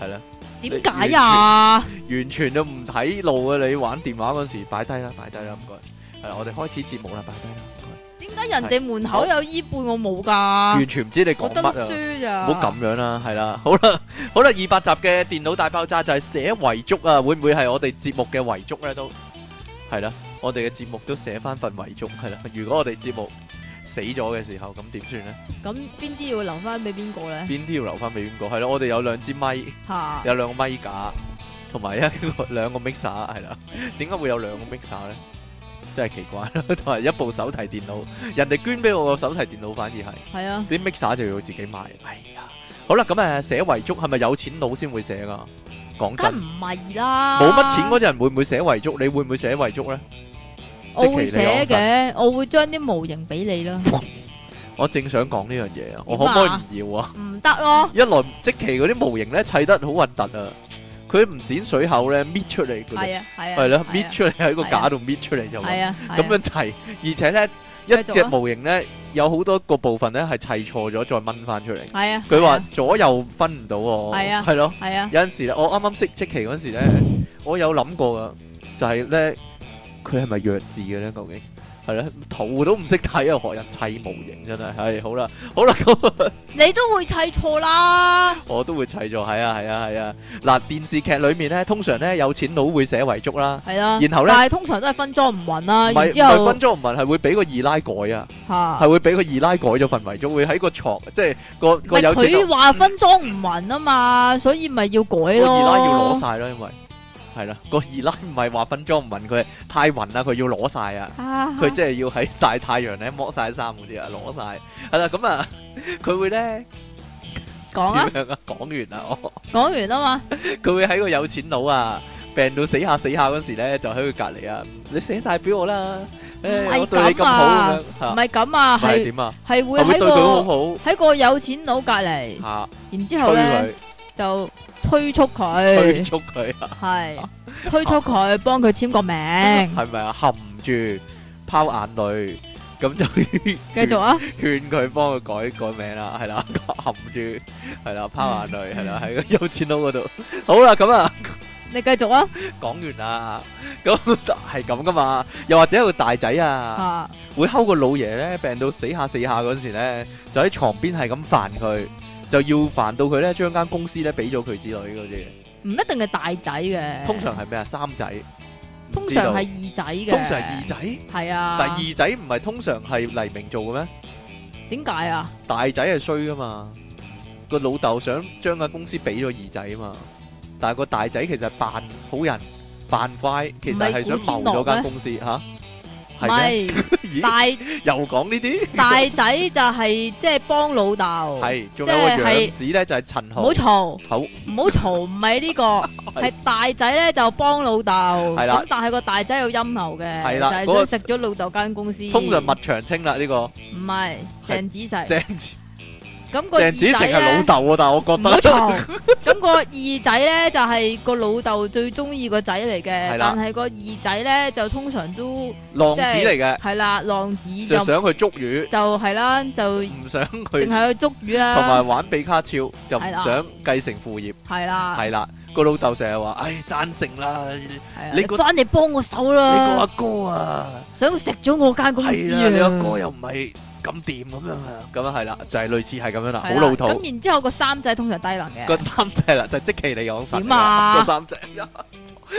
Speaker 2: 係啦，
Speaker 1: 點解呀？
Speaker 2: 完全都唔睇路啊！你玩電話嗰時擺低啦，擺低啦，唔該。係啦，我哋開始節目啦，擺低啦，唔該。
Speaker 1: 點解人哋門口有依半我冇㗎？
Speaker 2: 完啊全唔知你
Speaker 1: 我
Speaker 2: 講
Speaker 1: 得
Speaker 2: 乜
Speaker 1: 粒
Speaker 2: 啊！
Speaker 1: 珠咋？
Speaker 2: 唔好咁樣啦，係啦，好啦，好啦，二百集嘅電腦大爆炸就係寫遺囑啊，會唔會係我哋節目嘅遺囑咧？都係啦，我哋嘅節目都寫翻份遺�囑係啦。如果我哋節目死咗嘅時候，咁點算咧？
Speaker 1: 咁邊啲要留翻俾邊個咧？
Speaker 2: 邊啲要留翻俾邊個？係咯，我哋有兩支咪，
Speaker 1: 嚇！
Speaker 2: 有兩個咪架，同埋一個兩個 mixer 係啦。點解會有兩個 mixer 咧？真係奇怪啦，同埋一部手提電腦，人哋捐俾我個手提電腦，反而係。
Speaker 1: 係啊，
Speaker 2: 啲 mixer 就要自己買。哎呀，好啦，咁誒寫遺囑係咪有錢佬先會寫噶？
Speaker 1: 梗
Speaker 2: 講真，
Speaker 1: 唔係啦。
Speaker 2: 冇乜錢嗰啲人會唔會寫遺囑？你會唔會寫遺囑呢？
Speaker 1: 我會寫嘅，我會將啲模型俾你啦，
Speaker 2: 我正想講呢樣嘢啊，我可唔可以唔要啊？
Speaker 1: 唔得咯，
Speaker 2: 一來即期嗰啲模型呢砌得好核突啊，佢唔剪水口呢，搣出嚟佢哋
Speaker 1: 係啊，係啊，
Speaker 2: 係啦，
Speaker 1: 啊
Speaker 2: 搣，出嚟喺個
Speaker 1: 係啊
Speaker 2: 架度搣出嚟就話
Speaker 1: 係啊，
Speaker 2: 咁樣砌，而且呢，一
Speaker 1: 繼
Speaker 2: 隻
Speaker 1: 續啊
Speaker 2: 模型呢，有好多個部分呢係砌錯咗再掹翻出嚟。
Speaker 1: 係啊，
Speaker 2: 佢話左右分唔到喎，
Speaker 1: 係啊
Speaker 2: 係咯。
Speaker 1: 係啊，
Speaker 2: 有陣時咧，我啱啱識即期嗰陣時咧，我有諗過噶，就係咧佢係咪弱智嘅咧？究竟係咧圖都唔識睇啊，學人砌模型真係，係好啦， 好啦，咁
Speaker 1: 你都會砌錯啦，
Speaker 2: 我都會砌咗，係啊，係啊，係啊。嗱，電視劇裏面咧，通常咧有錢佬會寫遺囑啦，
Speaker 1: 係啦，
Speaker 2: 然後咧
Speaker 1: 但係通常都係分裝唔勻啦，
Speaker 2: 唔係
Speaker 1: 然
Speaker 2: 唔
Speaker 1: 之
Speaker 2: 係
Speaker 1: 後
Speaker 2: 分咗唔文係會俾個二奶改啊，
Speaker 1: 嚇，
Speaker 2: 係會俾個二奶改咗份遺囑，會喺個床即係個
Speaker 1: 唔
Speaker 2: 個
Speaker 1: 係
Speaker 2: 有錢
Speaker 1: 佢
Speaker 2: 佬
Speaker 1: 話分裝唔勻啊嘛，所以咪要改咯，
Speaker 2: 個二奶要攞晒啦，因為係啦，個二奶唔係話分裝唔文，佢係太暈啦，佢要攞晒啊。
Speaker 1: 啊
Speaker 2: 佢即係要喺曬太陽咧，剝晒衫嗰啲啊，攞晒係啦，咁啊， 佢會咧
Speaker 1: 講啊，
Speaker 2: 點樣啊？講完啦，我
Speaker 1: 講完啊嘛，
Speaker 2: 佢會喺個有錢佬啊，病到死下死下嗰時咧，就喺佢隔離啊，你寫晒俾我啦，誒、
Speaker 1: 唔嗯係
Speaker 2: 我對你咁
Speaker 1: 咁啊
Speaker 2: 好咁樣嚇
Speaker 1: 唔，係咁啊，
Speaker 2: 唔係
Speaker 1: 係
Speaker 2: 點啊？
Speaker 1: 係會
Speaker 2: 我會
Speaker 1: 喺
Speaker 2: 對佢好
Speaker 1: 個
Speaker 2: 好
Speaker 1: 喺個有錢佬隔離，
Speaker 2: 嚇，
Speaker 1: 然之
Speaker 2: 催
Speaker 1: 後咧
Speaker 2: 佢，
Speaker 1: 就催促
Speaker 2: 催
Speaker 1: 佢，
Speaker 2: 促佢啊，
Speaker 1: 係催促佢幫佢簽個名。
Speaker 2: 係咪啊？含住拋眼淚，咁就
Speaker 1: 繼續啊，
Speaker 2: 勸佢幫佢改改名啦，係 啦，含住係啦，拋眼淚係啦，喺個有錢佬嗰度。 好啦，咁啊。
Speaker 1: 你繼續啊，
Speaker 2: 講完啦，咁 係咁噶嘛？又或者有個大仔啊，
Speaker 1: 啊，
Speaker 2: 會睺個老爺咧病到死下死下嗰時咧，就喺床邊係咁煩佢，就要煩到佢咧將間公司咧俾咗佢之類嗰啲嘢。
Speaker 1: 唔一定係大仔嘅，
Speaker 2: 通常係咩啊？三仔，唔
Speaker 1: 通
Speaker 2: 知道
Speaker 1: 常係二仔嘅，
Speaker 2: 通常係二仔，
Speaker 1: 係啊，
Speaker 2: 但係二仔唔係通常係黎明做嘅咩？
Speaker 1: 點解啊？
Speaker 2: 大仔係衰噶嘛，個老豆想將間公司俾咗二仔啊嘛，但係個大仔其實係扮好人扮乖，其實係想謀咗間公司吓，
Speaker 1: 唔
Speaker 2: 係咩？
Speaker 1: 係
Speaker 2: 咦？
Speaker 1: 大
Speaker 2: 又講呢啲，
Speaker 1: 大仔就係即係幫老豆，
Speaker 2: 係仲有個
Speaker 1: 哦即係係
Speaker 2: 樣子咧，就係陳
Speaker 1: 唔好
Speaker 2: 豪，
Speaker 1: 嘈，
Speaker 2: 好
Speaker 1: 唔好嘈，唔係呢 個，係大仔咧就幫老豆，
Speaker 2: 係啦
Speaker 1: 咁但係個大仔有陰謀嘅，
Speaker 2: 係
Speaker 1: 就
Speaker 2: 啦
Speaker 1: 係
Speaker 2: 嗰個
Speaker 1: 想食咗老豆間公司。
Speaker 2: 通常麥長青啦呢個，
Speaker 1: 唔係鄭子石，
Speaker 2: 鄭子
Speaker 1: 咁個二
Speaker 2: 鄭
Speaker 1: 仔
Speaker 2: 子成係老
Speaker 1: 咧
Speaker 2: 豆啊，但係我
Speaker 1: 唔
Speaker 2: 覺
Speaker 1: 好
Speaker 2: 得
Speaker 1: 嘈，咁個二仔咧就係個老豆最中意個仔嚟嘅
Speaker 2: 係，啦
Speaker 1: 但係個二仔咧就通常都
Speaker 2: 浪子嚟嘅，
Speaker 1: 係啦浪子就
Speaker 2: 就想佢捉魚，
Speaker 1: 就係啦，就淨
Speaker 2: 唔想佢同
Speaker 1: 係去捉魚啦，
Speaker 2: 埋玩比卡超，就唔
Speaker 1: 係啦啊
Speaker 2: 想繼承父業，
Speaker 1: 係啦，
Speaker 2: 係啦，個老豆成日話，唉，生性啦。
Speaker 1: 係啊
Speaker 2: 你
Speaker 1: 你
Speaker 2: 個
Speaker 1: 翻嚟幫我手
Speaker 2: 你個阿
Speaker 1: 啦，
Speaker 2: 哥啊，
Speaker 1: 想食咗我間公
Speaker 2: 係
Speaker 1: 司
Speaker 2: 啊，你阿
Speaker 1: 啊
Speaker 2: 哥又唔係咁掂咁樣啊，咁啊係啦，就係類似係咁樣啦，好
Speaker 1: 係啦
Speaker 2: 老土
Speaker 1: 咁。然之後個三仔通常低能
Speaker 2: 個
Speaker 1: 嘅，
Speaker 2: 三仔啦，就即其你講神
Speaker 1: 點啊
Speaker 2: 個三仔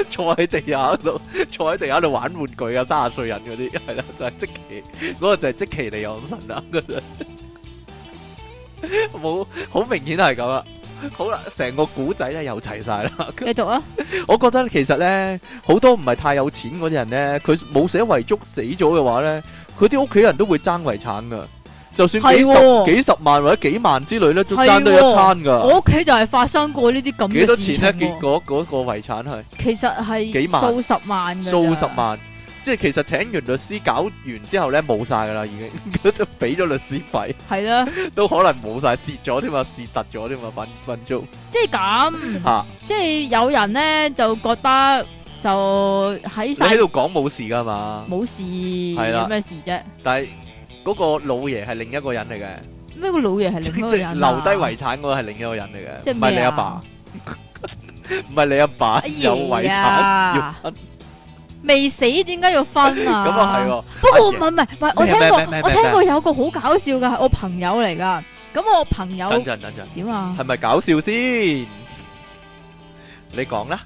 Speaker 2: 坐喺地下度， 坐喺地下度玩玩具啊，三十歲人嗰啲係啦，就係即其嗰個就係即其你講神啦，嗰個冇好明顯係咁啦。好啦，成個古仔咧又齊晒啦。
Speaker 1: 繼續啊，
Speaker 2: 我覺得其實咧，好多唔係太有錢嗰啲人咧，佢冇寫遺囑死咗嘅話咧，佢啲屋企人都會爭遺產噶。就算幾
Speaker 1: 係
Speaker 2: 十、
Speaker 1: 喎
Speaker 2: 幾十萬或者幾萬之類咧，都爭得一餐噶。
Speaker 1: 我屋企就係發生過呢啲咁
Speaker 2: 啊幾
Speaker 1: 嘅
Speaker 2: 多
Speaker 1: 事情
Speaker 2: 錢咧？結
Speaker 1: 喎，
Speaker 2: 果嗰個遺產係
Speaker 1: 其實
Speaker 2: 幾萬
Speaker 1: 係數十萬嘅，
Speaker 2: 數十，萬，即係其實請完律師搞完之後咧冇晒噶啦，已經 都俾咗律師費，
Speaker 1: 係啦，
Speaker 2: 都可能冇晒，蝕咗添嘛，蝕突咗添嘛，分分鐘
Speaker 1: 即係咁。
Speaker 2: 嚇！
Speaker 1: 即係有人咧就覺得就喺
Speaker 2: 你
Speaker 1: 晒
Speaker 2: 喺度講冇事噶嘛，
Speaker 1: 冇事，
Speaker 2: 係啦
Speaker 1: 有咩事啫？
Speaker 2: 但係嗰個老爺係另一個人嚟嘅，
Speaker 1: 咩個老爺係
Speaker 2: 即
Speaker 1: 另
Speaker 2: 即
Speaker 1: 一
Speaker 2: 留
Speaker 1: 個
Speaker 2: 低
Speaker 1: 人啊
Speaker 2: 遺產嗰個係另一個人嚟
Speaker 1: 即
Speaker 2: 嘅，
Speaker 1: 係
Speaker 2: 唔係你
Speaker 1: 咩
Speaker 2: 阿
Speaker 1: 啊
Speaker 2: 爸， 唔係你阿爸
Speaker 1: 哎呀
Speaker 2: 有遺產要分，
Speaker 1: 未死點解要分啊？
Speaker 2: 咁啊係喎，
Speaker 1: 不過
Speaker 2: 阿
Speaker 1: 唔係唔係
Speaker 2: 爺
Speaker 1: 唔係，我
Speaker 2: 咩
Speaker 1: 聽
Speaker 2: 咩
Speaker 1: 過
Speaker 2: 咩
Speaker 1: 我
Speaker 2: 咩
Speaker 1: 聽過有個好搞笑嘅係我朋友嚟噶，咁我朋友
Speaker 2: 等陣等陣，
Speaker 1: 點啊？
Speaker 2: 係咪搞笑先？你講啦，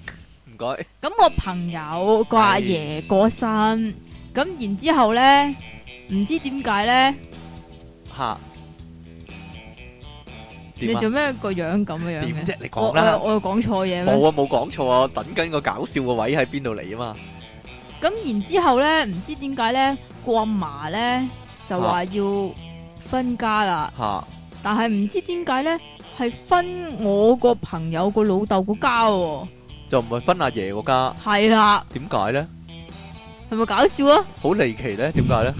Speaker 2: 唔該。
Speaker 1: 咁我朋友個阿爺過身，咁然之後咧，唔知點解咧，
Speaker 2: 吓？
Speaker 1: 你
Speaker 2: 點啊
Speaker 1: 做？咩個樣咁樣
Speaker 2: 點
Speaker 1: 嘅？
Speaker 2: 啫？你
Speaker 1: 我
Speaker 2: 講
Speaker 1: 我又
Speaker 2: 啦。
Speaker 1: 我又講錯嘢咩？
Speaker 2: 冇啊，冇講錯啊，我等緊個搞笑個位喺邊度嚟啊嘛。
Speaker 1: 咁然之後咧，唔知點解咧，個阿嫲咧就
Speaker 2: 啊
Speaker 1: 話要分家啦，
Speaker 2: 吓，
Speaker 1: 但係唔知點解咧，係分我個朋友個老豆個家喎，
Speaker 2: 就唔係分阿爺個家，
Speaker 1: 係啦，
Speaker 2: 點解咧？
Speaker 1: 係咪搞笑啊？
Speaker 2: 好離奇咧，點解咧？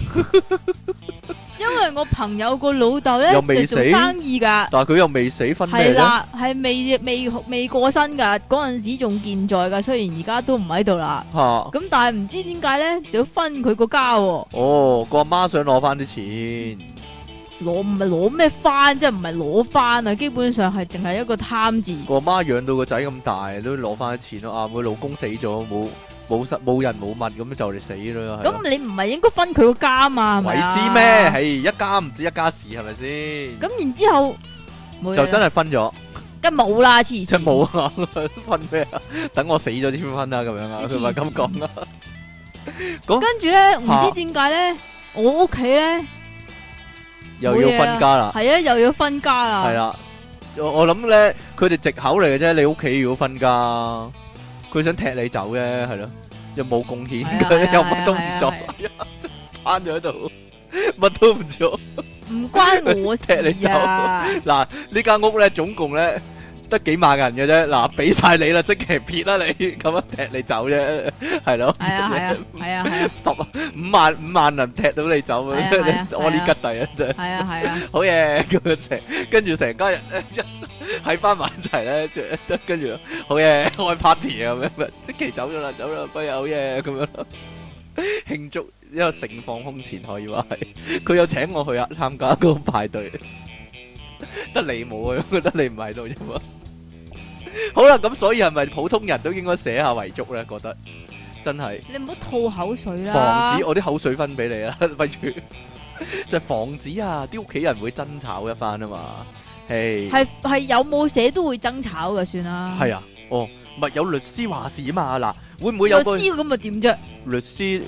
Speaker 1: 因為我朋友個老豆咧
Speaker 2: 又未
Speaker 1: 就做
Speaker 2: 死
Speaker 1: 生意㗎，
Speaker 2: 但係佢又未死，分咩
Speaker 1: 係
Speaker 2: 咧？
Speaker 1: 啦，係未未未過身㗎，嗰陣時仲健在㗎，雖然而家都唔喺度啦，
Speaker 2: 吓，哦，
Speaker 1: 咁但係唔知點解咧就要分佢個家喎，
Speaker 2: 哦個阿媽想攞翻啲錢，
Speaker 1: 攞唔係攞咩翻，即係唔係攞翻啊，基本上係淨係一個貪字。
Speaker 2: 個阿媽養到個仔咁大，都攞翻啲錢咯。啊，佢老公死咗，冇冇實冇人冇物，咁就嚟死啦。係咯
Speaker 1: 咁你唔係應該分佢個家嘛？係
Speaker 2: 鬼
Speaker 1: 咪啊
Speaker 2: 知咩？？係一家唔知一家事，係咪先？
Speaker 1: 咁然之後冇嘢啦
Speaker 2: 就真係分咗。
Speaker 1: 梗冇啦，黐
Speaker 2: 即
Speaker 1: 線
Speaker 2: 係冇啊，分咩啊？等我死咗先分啊，咁樣啊，
Speaker 1: 你
Speaker 2: 佢
Speaker 1: 黐
Speaker 2: 咪咁
Speaker 1: 線
Speaker 2: 講啦。
Speaker 1: 跟住咧，唔
Speaker 2: 嚇
Speaker 1: 知點解咧，我屋企咧
Speaker 2: 啊又要分家啦，
Speaker 1: 係啊，又要分家啦。
Speaker 2: 係啦。我我諗咧，佢哋藉口嚟嘅啫。你屋企如果分家，佢想踢你走啫，係咯，又冇貢 獻
Speaker 1: 係啊，
Speaker 2: 嘅，
Speaker 1: 係啊
Speaker 2: 又乜都唔做，
Speaker 1: 係啊
Speaker 2: 攤咗喺度，乜都唔做。
Speaker 1: 唔關我事
Speaker 2: 踢你走
Speaker 1: 啊！
Speaker 2: 嗱，呢間屋咧，總共咧得幾萬人嘅啫。嗱，俾晒你啦，即期撇啦你，咁樣踢你走啫， 係咯。
Speaker 1: 係啊，係啊，係 啊，係啊，
Speaker 2: 十五萬五萬人踢到你走，
Speaker 1: 係啊係啊
Speaker 2: 我呢吉第啊真係。
Speaker 1: 係啊，係啊，
Speaker 2: 好嘢，咁樣成跟住成家人咧一喺翻埋一齊咧，著跟住好嘢開 party 啊咁樣，即期走咗啦，走啦，不如好嘢咁樣咯，慶祝一個盛況空前可以話係。佢有請我去啊，參加嗰個派對，得你冇啊，覺得你唔喺度啫嘛。好啦，咁所以係咪普通人都應該寫下遺囑咧？覺得真係。
Speaker 1: 你唔好吐口水啦
Speaker 2: 防止。我啲口水分俾你啊， 不如就防止啊啲屋企人會爭吵一番啊嘛。係
Speaker 1: 系系有冇寫都會爭吵嘅，算啦。
Speaker 2: 係啊，哦，咪有律師話事啊嘛。嗱，會唔會
Speaker 1: 律
Speaker 2: 有個
Speaker 1: 師咁咪啊點啫？
Speaker 2: 律師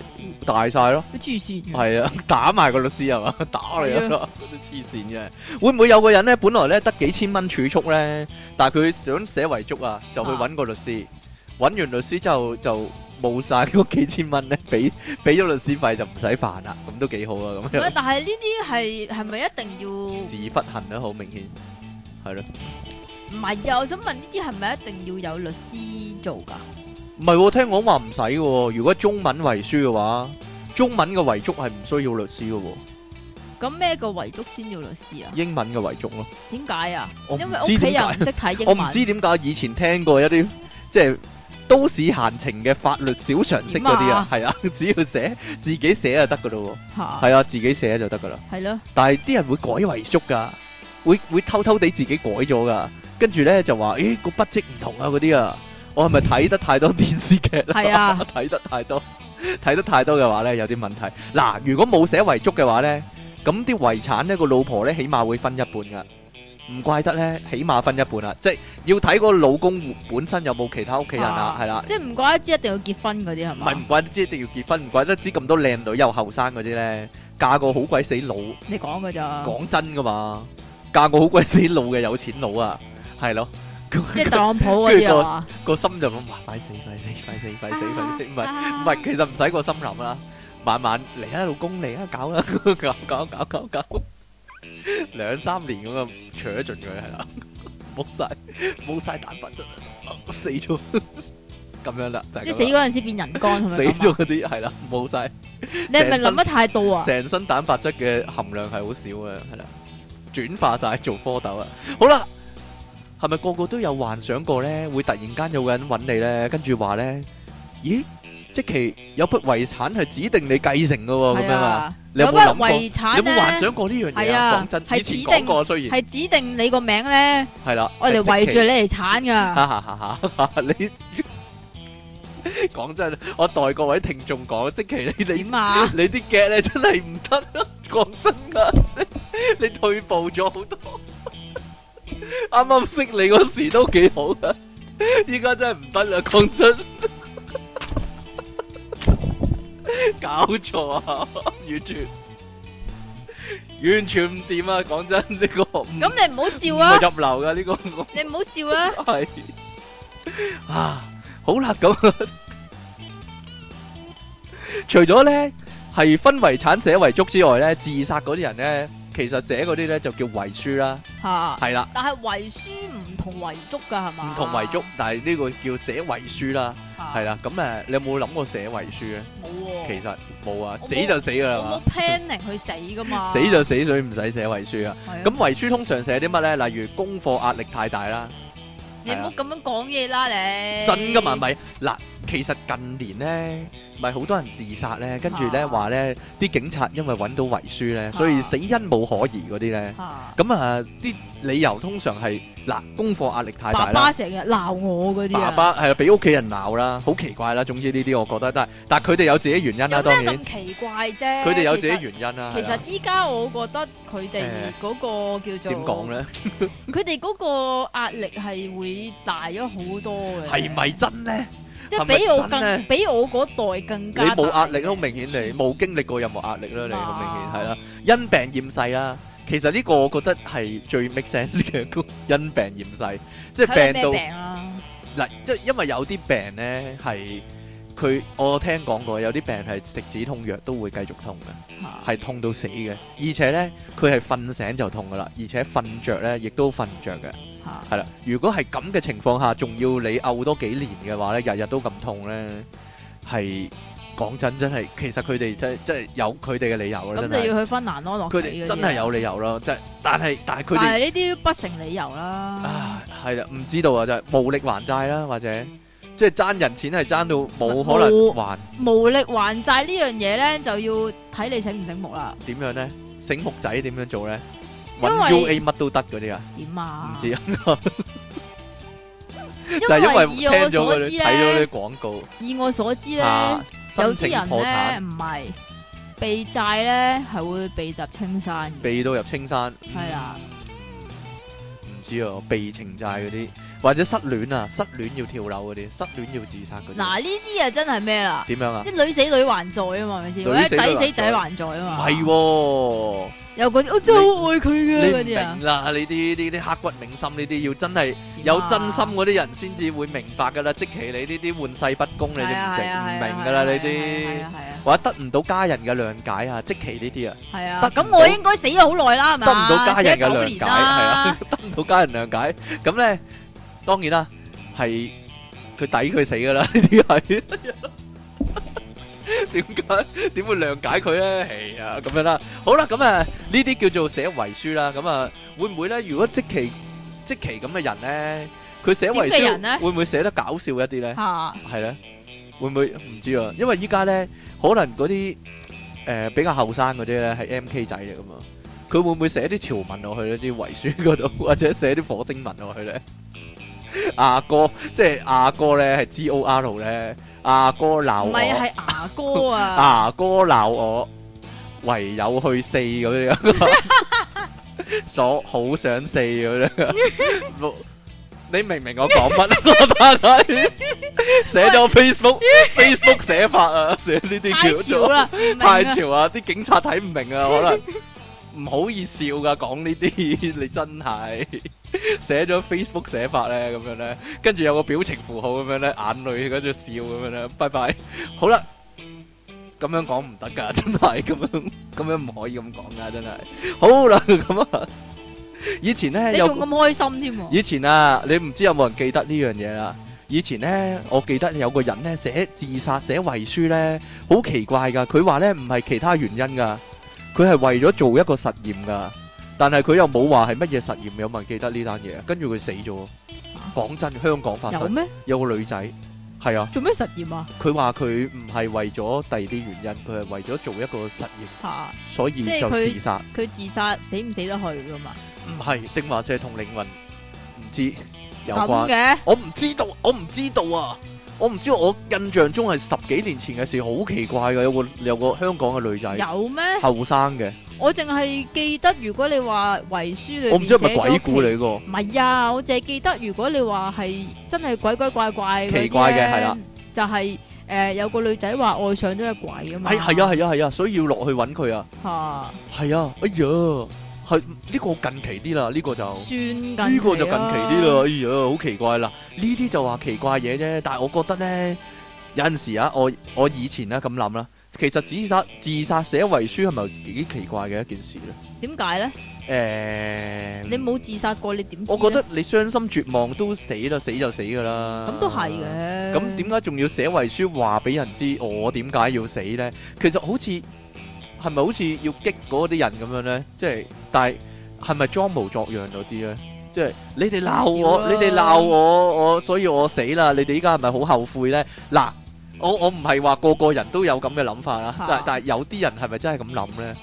Speaker 2: 大晒咯？
Speaker 1: 佢黐線嘅。
Speaker 2: 係啊， 打埋個律師係嘛， 打你
Speaker 1: 係啊
Speaker 2: 咯，黐線嘅。會唔會有個人咧，本來咧得幾千蚊儲蓄咧，但係佢想寫遺囑啊，就去揾個律師，揾完律師之後就冇晒嗰幾千蚊咧，俾俾咗律師費就唔使煩啦，咁都幾好啊，咁樣
Speaker 1: 唔。係但係呢啲係係咪一定要？
Speaker 2: 屎忽痕啦，好明顯係咯，
Speaker 1: 唔係啊！我想問呢啲係咪一定要有律師做㗎？
Speaker 2: 唔係喎，聽講話唔使嘅喎。如果中文遺書嘅話，中文嘅遺囑係唔需要律師嘅喎，
Speaker 1: 咁咩個遺囑先要律師啊？
Speaker 2: 英文嘅遺囑咯。
Speaker 1: 點解啊？
Speaker 2: 我唔
Speaker 1: 因為屋企
Speaker 2: 知點
Speaker 1: 人
Speaker 2: 解
Speaker 1: 唔識睇英
Speaker 2: 我
Speaker 1: 文。
Speaker 2: 唔知點解以前聽過一啲即係都市閒情嘅法律小常識嗰啲啊， 係啊，只要寫自己寫就得㗎咯喎，
Speaker 1: 嚇
Speaker 2: 係啊，自己寫就得㗎啦。
Speaker 1: 係 咯，
Speaker 2: 但係啲人會改遺囑噶，會會偷偷地自己改咗噶，跟住咧就話，咦個筆跡唔同啊嗰啲啊，我係咪睇得太多電視劇啦？
Speaker 1: 係啊
Speaker 2: 睇得太多，睇得太多嘅話咧有啲問題。嗱，如果冇寫遺囑嘅話咧，咁啲遺產咧個老婆咧起碼會分一半噶。唔怪得咧，起碼分一半啦，即係要睇個老公本身有冇其他屋企人啦
Speaker 1: 啊，
Speaker 2: 係啦，
Speaker 1: 即係唔怪得知一定要結婚嗰啲係
Speaker 2: 唔係
Speaker 1: 嘛
Speaker 2: 唔？怪得知一定要結婚，唔怪得知咁多靚女又後生嗰啲咧，嫁個好鬼死老
Speaker 1: 你講㗎咋？
Speaker 2: 講真噶嘛，嫁個好鬼死老嘅有錢佬啊，係咯，
Speaker 1: 即係特朗普嗰啲啊嘛？
Speaker 2: 個心就諗哇，快死快死快死快死快死，唔係唔
Speaker 1: 唔
Speaker 2: 係，其實唔使個心諗啦，晚晚嚟啊，老公嚟啊，搞 啦，搞搞搞搞搞，兩三年咁啊，扯盡佢係啦，冇晒冇晒蛋白質啊，死咗咁樣啦，就係
Speaker 1: 即係死
Speaker 2: 咁啦
Speaker 1: 嗰陣時變人乾係咪
Speaker 2: 死
Speaker 1: 咁
Speaker 2: 咗
Speaker 1: 啊？
Speaker 2: 嗰啲係啦，冇晒。
Speaker 1: 你係咪諗得太多啊？
Speaker 2: 成身蛋白質嘅含量係好少嘅，係啦，轉化晒做蝌蚪啊！好啦，係咪個個都有幻想過咧？會突然間有個人揾你咧，跟住話咧，咦，即其有筆遺產係指定你繼承嘅喎，咁
Speaker 1: 係
Speaker 2: 樣啊？
Speaker 1: 啊，
Speaker 2: 你有冇諗
Speaker 1: 筆
Speaker 2: 過？
Speaker 1: 遺
Speaker 2: 你
Speaker 1: 產
Speaker 2: 有冇幻
Speaker 1: 咧
Speaker 2: 想過呢樣嘢
Speaker 1: 係啊
Speaker 2: 講真，
Speaker 1: 係
Speaker 2: 以前
Speaker 1: 指
Speaker 2: 講
Speaker 1: 定
Speaker 2: 過，雖然
Speaker 1: 係指定你個名咧，
Speaker 2: 係啦，
Speaker 1: 我哋
Speaker 2: 係即
Speaker 1: 圍
Speaker 2: 其
Speaker 1: 住你嚟鏟㗎。
Speaker 2: 哈哈哈！哈你 講真，我代各位聽眾講，即其你你
Speaker 1: 點 啊？
Speaker 2: 你啲 get 咧真係唔得啦，講真噶， 你退步咗好多。啱啱識你嗰時都幾好噶，依家真係唔得啦，講真。 搞錯啊，完全完全唔掂啊！講真，呢、個
Speaker 1: 咁
Speaker 2: 唔
Speaker 1: 你唔好笑
Speaker 2: 唔
Speaker 1: 啊！
Speaker 2: 入流噶呢、個。
Speaker 1: 你唔好笑啦，
Speaker 2: 系啊，好啦，咁除咗咧係分遺產寫遺囑之外咧，自殺嗰啲人咧，其實寫嗰啲咧就叫遺書啦，
Speaker 1: 吓。
Speaker 2: 係啦，
Speaker 1: 但係遺書唔同遺囑㗎係嘛？
Speaker 2: 唔同遺囑，但係呢個叫寫遺書啦，
Speaker 1: À.
Speaker 2: 係，啦，咁誒，你有冇諗過寫遺書咧？
Speaker 1: 冇喎。
Speaker 2: 其實冇啊，
Speaker 1: 我冇
Speaker 2: 死就死噶啦
Speaker 1: 我
Speaker 2: 嘛
Speaker 1: 冇，planning 去死㗎嘛。
Speaker 2: 死就死，所以唔使寫遺書啊。
Speaker 1: 係啊
Speaker 2: 咁遺書通常寫啲乜咧？例如功課壓力太大啦。
Speaker 1: 你唔好咁樣講嘢啦，你
Speaker 2: 真噶嘛？咪嗱，其實近年咧，咪好多人自殺咧，跟住咧
Speaker 1: 啊
Speaker 2: 話咧，啲警察因為揾到遺書咧，所以
Speaker 1: 啊
Speaker 2: 死因冇可疑嗰啲咧，
Speaker 1: 嚇
Speaker 2: 咁啊啲理由通常係嗱功課壓力太大
Speaker 1: 爸
Speaker 2: 啦
Speaker 1: 爸。成日鬧我嗰啲
Speaker 2: 爸
Speaker 1: 啊，
Speaker 2: 爸係啊俾屋企人鬧啦，好奇怪啦。總之呢啲我覺得，但係但係佢哋有自己原因啦，
Speaker 1: 有
Speaker 2: 啊當
Speaker 1: 咩
Speaker 2: 然
Speaker 1: 咁奇怪啫？
Speaker 2: 佢哋有自己
Speaker 1: 其實
Speaker 2: 原因啦。
Speaker 1: 其
Speaker 2: 係
Speaker 1: 實
Speaker 2: 啊
Speaker 1: 依家我覺得佢哋嗰個叫做
Speaker 2: 點講？咧？
Speaker 1: 佢哋嗰個壓力係會大咗好多嘅。
Speaker 2: 係咪？真咧？
Speaker 1: 即
Speaker 2: 係
Speaker 1: 係
Speaker 2: 咪
Speaker 1: 比我
Speaker 2: 真呢
Speaker 1: 更比我嗰代更
Speaker 2: 你
Speaker 1: 加
Speaker 2: 冇壓
Speaker 1: 大
Speaker 2: 力，好明顯你
Speaker 1: 黐線
Speaker 2: 冇經歷過任何壓力啦，你好明
Speaker 1: 嘛
Speaker 2: 顯係啦，因病厭世啦。其實呢個我覺得係最 make sense 嘅， 因病厭世，即
Speaker 1: 睇
Speaker 2: 係
Speaker 1: 你
Speaker 2: 病
Speaker 1: 咩
Speaker 2: 到
Speaker 1: 病啊啦，
Speaker 2: 嗱，即係因為有啲病咧係佢，我聽講過有啲病係食止痛藥都會繼續痛嘅，
Speaker 1: 嚇
Speaker 2: 係痛到死嘅，而且咧佢係瞓醒就痛噶啦，而且瞓着咧亦都瞓唔着嘅。
Speaker 1: 嚇
Speaker 2: 係啦，如果係咁嘅情況下，仲要你漚多幾年嘅話咧，日日都咁痛咧，係講真真係，其實佢哋真真係有佢哋嘅理由啦，
Speaker 1: 咁
Speaker 2: 真
Speaker 1: 就
Speaker 2: 係，
Speaker 1: 要去芬蘭安樂死
Speaker 2: 佢
Speaker 1: 嗰啲
Speaker 2: 哋
Speaker 1: 啊
Speaker 2: 真係有，理由啦，即係，但係但係佢
Speaker 1: 但
Speaker 2: 哋
Speaker 1: 係呢啲不成理由啦。
Speaker 2: 啊，係啦，唔知道啊，就係無力還債啦，或者即即係爭人錢係爭到冇可能
Speaker 1: 冇
Speaker 2: 還，
Speaker 1: 無力還債呢樣嘢咧，就要睇你醒唔醒目啦。
Speaker 2: 點樣呢？醒目仔點樣做呢？
Speaker 1: 因
Speaker 2: 揾
Speaker 1: 為
Speaker 2: UA 乜都得嗰啲啊，
Speaker 1: 點啊？
Speaker 2: 唔知啊，
Speaker 1: 因
Speaker 2: 就係因為
Speaker 1: 為以
Speaker 2: 聽
Speaker 1: 我
Speaker 2: 咗嗰
Speaker 1: 所
Speaker 2: 啲
Speaker 1: 知
Speaker 2: 睇咗啲
Speaker 1: 咧，
Speaker 2: 廣告
Speaker 1: 以我所知咧
Speaker 2: 啊，，
Speaker 1: 有
Speaker 2: 申
Speaker 1: 啲
Speaker 2: 請
Speaker 1: 人
Speaker 2: 破
Speaker 1: 咧
Speaker 2: 產，
Speaker 1: 唔係避債咧，係會被踏青山嘅。
Speaker 2: 避到入青山，嗯
Speaker 1: 係啦，
Speaker 2: 唔知啊，避情債嗰啲，或者失戀啊，失戀要跳樓嗰啲，失戀要自殺嗰啲，
Speaker 1: 嗱呢啲啊真係咩啦？
Speaker 2: 點樣啊？
Speaker 1: 即係女死女還在啊嘛，係咪先？
Speaker 2: 女
Speaker 1: 或者
Speaker 2: 死女
Speaker 1: 仔
Speaker 2: 還
Speaker 1: 死仔
Speaker 2: 在
Speaker 1: 還在啊
Speaker 2: 唔
Speaker 1: 嘛。
Speaker 2: 係喎。
Speaker 1: 有嗰啲我真係好愛佢嘅嗰
Speaker 2: 你唔
Speaker 1: 啲啊
Speaker 2: 明，啦，呢啲呢啲刻骨銘心呢啲要真係
Speaker 1: 點
Speaker 2: 有
Speaker 1: 啊
Speaker 2: 真心嗰啲人先至會明白噶啦，即其你呢啲玩世不恭，你
Speaker 1: 係
Speaker 2: 哋唔
Speaker 1: 啊
Speaker 2: 直
Speaker 1: 係
Speaker 2: 唔
Speaker 1: 啊係啊
Speaker 2: 明噶啦，
Speaker 1: 係
Speaker 2: 呢
Speaker 1: 啊係
Speaker 2: 啲
Speaker 1: 啊係啊
Speaker 2: 或者得唔到家人嘅諒解啊，即其呢啲啊，
Speaker 1: 係啊，
Speaker 2: 得唔
Speaker 1: 咁
Speaker 2: 到
Speaker 1: 我應該死咗好耐啦，係咪
Speaker 2: 得唔到家人嘅
Speaker 1: 死咗九
Speaker 2: 諒
Speaker 1: 年
Speaker 2: 解，係
Speaker 1: 啦
Speaker 2: 啊，得 唔到家人諒解，咁咧當然啦，係佢抵佢死噶啦， 呢啲係。點解點會諒解佢咧？係啊，咁樣啦。好啦，咁啊，呢啲叫做寫遺書啦。咁啊，會唔會咧？如果即其即其咁嘅人咧，佢寫
Speaker 1: 點
Speaker 2: 遺
Speaker 1: 嘅人咧
Speaker 2: 書會唔會寫得搞笑一啲咧？
Speaker 1: 嚇
Speaker 2: 係咧，會唔會唔知啊？因為依家咧，可能嗰啲誒比較後生嗰啲咧係 MK 仔嚟噶嘛，佢會唔會寫啲潮文落去呢？啲遺書嗰度， 或者寫啲火星文落去咧？阿哥，即係阿哥咧，係 G O R 咧，阿哥鬧
Speaker 1: 唔
Speaker 2: 我，
Speaker 1: 係係牙哥 啊，
Speaker 2: 阿哥鬧我，唯有去四咁樣，所好想四咁樣。冇你明唔明我講乜啊？但係寫咗 Facebook，Facebook 寫法啊，寫
Speaker 1: 太
Speaker 2: 呢啲叫
Speaker 1: 潮
Speaker 2: 做
Speaker 1: 啦，唔 明啊
Speaker 2: 太潮啊！啲警察睇唔明啊，可能唔好意思笑噶，講呢啲 你真係寫咗 Facebook 寫法咧，咁樣咧，跟住有個表情符號咁樣咧，眼淚跟住笑咁樣咧，拜拜，好啦。咁樣講唔得噶， 真係咁樣咁樣唔可以咁講噶，真係。好啦，咁啊，以前咧
Speaker 1: 你
Speaker 2: 有
Speaker 1: 仲咁開心添喎，
Speaker 2: 以前啊，你唔知有冇人記得呢樣嘢啦？以前呢，我記得有個人呢寫自殺寫遺書呢，好奇怪噶。佢話呢唔係其他原因噶，佢係為咗做一個實驗噶。但係佢又冇話係乜嘢實驗，有冇人記得呢單嘢啊？跟住佢死咗。講真，香港發
Speaker 1: 有
Speaker 2: 生
Speaker 1: 咩？
Speaker 2: 有個女仔，係啊，
Speaker 1: 做咩實驗啊？
Speaker 2: 佢話佢唔係為咗第二啲原因，佢係為咗做一個實驗，
Speaker 1: 嚇
Speaker 2: 所以
Speaker 1: 即係
Speaker 2: 就
Speaker 1: 佢
Speaker 2: 自殺。
Speaker 1: 佢自殺死唔死得去噶嘛？
Speaker 2: 唔係，定還是係同靈魂唔知有
Speaker 1: 咁。
Speaker 2: 關
Speaker 1: 嘅
Speaker 2: 我唔知道，我唔知道啊！我唔知道，我印象中係十幾年前嘅事，好奇怪嘅。有個有個香港嘅女仔，
Speaker 1: 有咩？
Speaker 2: 後生嘅，
Speaker 1: 我淨係記得如果你話遺書裏
Speaker 2: 我唔
Speaker 1: 面
Speaker 2: 知係咪
Speaker 1: 寫咗
Speaker 2: 鬼故
Speaker 1: 奇
Speaker 2: 嚟個。
Speaker 1: 唔係啊，我淨係記得如果你話係真係鬼鬼怪怪嗰啲
Speaker 2: 奇怪嘅
Speaker 1: 咧
Speaker 2: 係啦，
Speaker 1: 就係、诶有個女仔話愛上咗個鬼啊嘛，
Speaker 2: 哎，係啊，係啊，係啊，所以要落去揾佢啊。
Speaker 1: 啊，
Speaker 2: 係啊，哎呀，係呢個近期啲啦，呢個就。
Speaker 1: 算近
Speaker 2: 呢個就近期啲啦，
Speaker 1: 啦，
Speaker 2: 哎呀，好奇怪啦！呢啲就話奇怪嘢啫，但係我覺得呢，有陣時啊，我我以前咧咁諗啦，其實自殺自殺寫遺書係咪幾奇怪嘅一件事呢？
Speaker 1: 點解咧？
Speaker 2: 誒、
Speaker 1: 你冇自殺過，你點知呢？
Speaker 2: 我覺得你傷心絕望都死啦，死就死噶啦。
Speaker 1: 咁都係。嘅，
Speaker 2: 咁點解仲要寫遺書話俾人知我點解要死呢？其實好似係咪好似要激嗰啲人咁樣呢？即係但係係咪裝模作樣嗰啲呢？即係你哋鬧
Speaker 1: 少少
Speaker 2: 我，你
Speaker 1: 啦
Speaker 2: 哋鬧我，我所以我死啦！你哋依家係咪好後悔呢？嗱，我我唔係話個個人都有咁嘅諗法啦，
Speaker 1: 嚇
Speaker 2: 但但係有啲人係咪真係咁諗呢？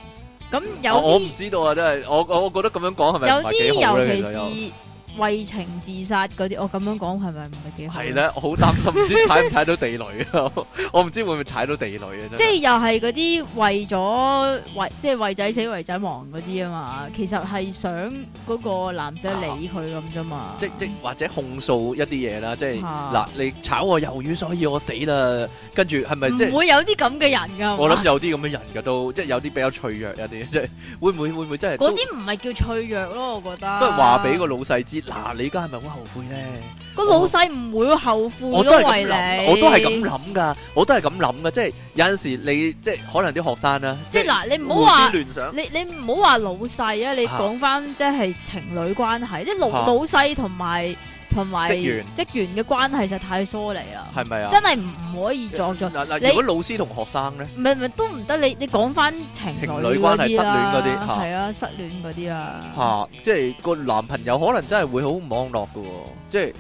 Speaker 1: 咁有
Speaker 2: 我我唔
Speaker 1: 啲
Speaker 2: 知道啊，真係我我我覺得咁樣講係咪唔
Speaker 1: 有
Speaker 2: 係幾好呢？
Speaker 1: 啲尤
Speaker 2: 其
Speaker 1: 其
Speaker 2: 實又
Speaker 1: 是為情自殺嗰啲，我咁樣講係咪唔係幾好？
Speaker 2: 係，咧，我好擔心，唔知踩唔踩到地雷啊！ 我唔知會唔會踩到地雷啊！
Speaker 1: 即
Speaker 2: 真
Speaker 1: 係
Speaker 2: 係
Speaker 1: 又係嗰啲為咗為即係為仔死為仔亡嗰啲啊
Speaker 2: 嗯
Speaker 1: 嘛，其實係想嗰個男仔理佢咁啫嘛，
Speaker 2: 即即或者控訴一啲嘢啦，即係
Speaker 1: 啊
Speaker 2: 嗱，你炒我魷魚，所以我死啦。跟住係咪即
Speaker 1: 唔
Speaker 2: 係
Speaker 1: 會有啊啲咁嘅人噶。
Speaker 2: 我
Speaker 1: 係嘛
Speaker 2: 諗有啲咁嘅人噶都，即係有啲比較脆弱一啲，即係會唔會會唔會真係
Speaker 1: 嗰
Speaker 2: 都
Speaker 1: 啲啊唔係叫脆弱咯，我覺得
Speaker 2: 都係話俾個老細知嗱，你而家係咪好後悔咧？
Speaker 1: 個老細唔會後悔
Speaker 2: 我都
Speaker 1: 咯，為
Speaker 2: 係咁諗，
Speaker 1: 你
Speaker 2: 我都係咁諗噶，我都係咁諗噶，即係有陣時你即係可能啲學生啦，
Speaker 1: 即係嗱，你
Speaker 2: 係
Speaker 1: 唔好話
Speaker 2: 胡思亂想
Speaker 1: 你你唔好話老細啊，你
Speaker 2: 啊
Speaker 1: 講翻即係情侶關係，即係老
Speaker 2: 啊
Speaker 1: 老細同埋同埋
Speaker 2: 職員
Speaker 1: 職員嘅關係實太疏離啦，
Speaker 2: 係咪啊？
Speaker 1: 真係唔可以作作，
Speaker 2: 嗱嗱，
Speaker 1: 你
Speaker 2: 如果老師同學生咧？
Speaker 1: 唔係唔係都唔得，你你講翻情
Speaker 2: 情
Speaker 1: 侶
Speaker 2: 侶關係
Speaker 1: 啲啦
Speaker 2: 失戀嗰啲啊
Speaker 1: 係啊，失戀嗰啲啦，啊
Speaker 2: 吓、即係個男朋友可能真係會好唔安樂嘅喎，即係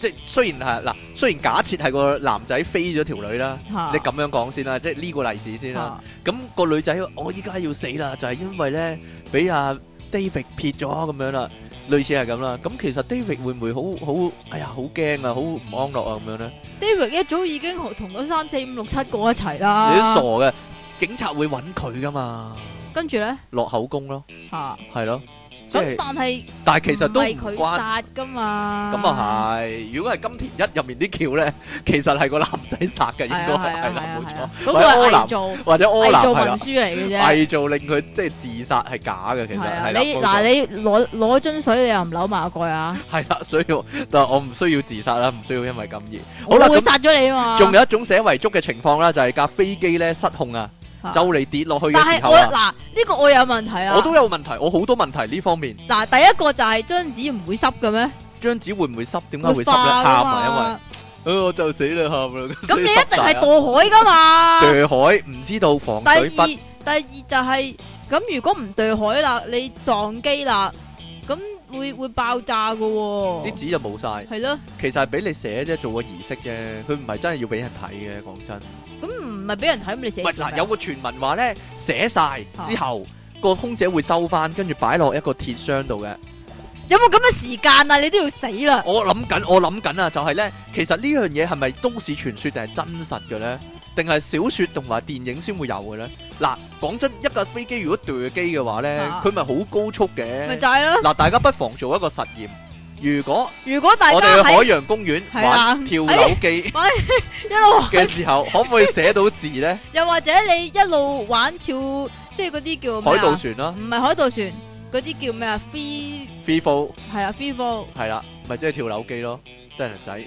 Speaker 2: 即係雖然係嗱，雖然假設係個男仔飛咗條女啦，
Speaker 1: 嚇
Speaker 2: 你咁樣講先啦，即係呢個例子先啦。
Speaker 1: 嚇
Speaker 2: 咁個女仔我依家要死啦，就係因為咧俾阿 David 撇咗咁樣啦，類似係咁啦。咁其實 David 會唔會好好哎呀好驚啊，好唔安樂啊咁樣咧？
Speaker 1: David 一早已經同嗰三四五六七個一齊
Speaker 2: 你都傻
Speaker 1: 啦，
Speaker 2: 嘅，警察會揾佢噶嘛，
Speaker 1: 跟住咧
Speaker 2: 落口供咯，
Speaker 1: 吓，
Speaker 2: 係咯，即
Speaker 1: 咁
Speaker 2: 係
Speaker 1: 但係
Speaker 2: 但係其實都
Speaker 1: 唔係
Speaker 2: 唔
Speaker 1: 佢
Speaker 2: 關。
Speaker 1: 殺噶嘛，
Speaker 2: 咁啊係，如果係金田一入面啲橋咧， 其實係個男仔殺嘅，應
Speaker 1: 係啊，
Speaker 2: 該
Speaker 1: 係啊
Speaker 2: 係
Speaker 1: 係
Speaker 2: 啦，
Speaker 1: 啊
Speaker 2: 冇
Speaker 1: 係
Speaker 2: 錯
Speaker 1: 啊。嗰個
Speaker 2: 或者柯
Speaker 1: 係
Speaker 2: 南
Speaker 1: 偽造
Speaker 2: 或者柯
Speaker 1: 偽
Speaker 2: 南
Speaker 1: 造
Speaker 2: 係
Speaker 1: 文
Speaker 2: 啦，
Speaker 1: 書嚟嘅啫。
Speaker 2: 偽造令佢即係自殺係假嘅，其實
Speaker 1: 係啊，
Speaker 2: 係啦。
Speaker 1: 你
Speaker 2: 冇
Speaker 1: 嗱
Speaker 2: 錯
Speaker 1: 你攞攞樽水你又唔扭埋個蓋啊，
Speaker 2: 係啦，所以我但係我唔需要自殺啦，唔需要因為咁而。好
Speaker 1: 我
Speaker 2: 啦
Speaker 1: 會
Speaker 2: 咁
Speaker 1: 殺咗你啊嘛。
Speaker 2: 仲有一種寫遺囑嘅情況啦，就係架飛機咧失控啊，
Speaker 1: 啊
Speaker 2: 就嚟跌落去
Speaker 1: 但
Speaker 2: 嘅
Speaker 1: 係
Speaker 2: 時候
Speaker 1: 我
Speaker 2: 啊，
Speaker 1: 嗱呢個我有問題啊。
Speaker 2: 我都有問題，我好多問題呢方面。
Speaker 1: 嗱第一個就係張紙唔會濕嘅咩？
Speaker 2: 張紙會唔會濕？點解
Speaker 1: 會
Speaker 2: 會濕
Speaker 1: 化
Speaker 2: 咧？
Speaker 1: 㗎
Speaker 2: 喊啊，
Speaker 1: 嘛。
Speaker 2: 因為誒我就死啦，喊 啦。
Speaker 1: 咁你一定係
Speaker 2: 墮
Speaker 1: 墮海噶嘛？
Speaker 2: 海，唔知道防
Speaker 1: 第
Speaker 2: 水不
Speaker 1: 二第二就係、咁，如果唔對海啦，你撞機啦，咁會會爆炸噶喎、
Speaker 2: 啲紙就冇晒。
Speaker 1: 係咯，
Speaker 2: 其實係俾你寫啫，做個儀式啫，佢唔係真係要俾人睇嘅，講真。唔
Speaker 1: 咁唔係俾人睇咁你寫
Speaker 2: 係
Speaker 1: 做
Speaker 2: 嗱，
Speaker 1: 咩
Speaker 2: 有個傳聞話咧，寫晒之後個空姐會收翻，跟住擺落一個鐵箱度嘅。
Speaker 1: 有冇咁嘅時間啊？你都要死啦！
Speaker 2: 我諗緊，我諗緊啊，就係咧，其實呢樣嘢係咪都市傳說定係真實嘅咧？定係小說同埋電影先會有嘅咧？嗱，講真，一架飛機如果墜機嘅話咧
Speaker 1: 啊，
Speaker 2: 佢咪好高速
Speaker 1: 咪
Speaker 2: 嘅。
Speaker 1: 就係咯，
Speaker 2: 嗱，大家不妨做一個實驗。如果
Speaker 1: 如果大家
Speaker 2: 我哋去海
Speaker 1: 喺
Speaker 2: 洋公園
Speaker 1: 係啦
Speaker 2: 玩跳樓機
Speaker 1: 一路
Speaker 2: 嘅時候，可唔可以寫到字咧？
Speaker 1: 又或者你一路玩跳，即係嗰啲叫咩
Speaker 2: 海
Speaker 1: 啊
Speaker 2: 盜船啦
Speaker 1: 唔係海盜船，嗰啲叫咩啊？free
Speaker 2: ，free fall
Speaker 1: 係啊，free fall
Speaker 2: 係啦，咪即係跳樓機咯，得人仔。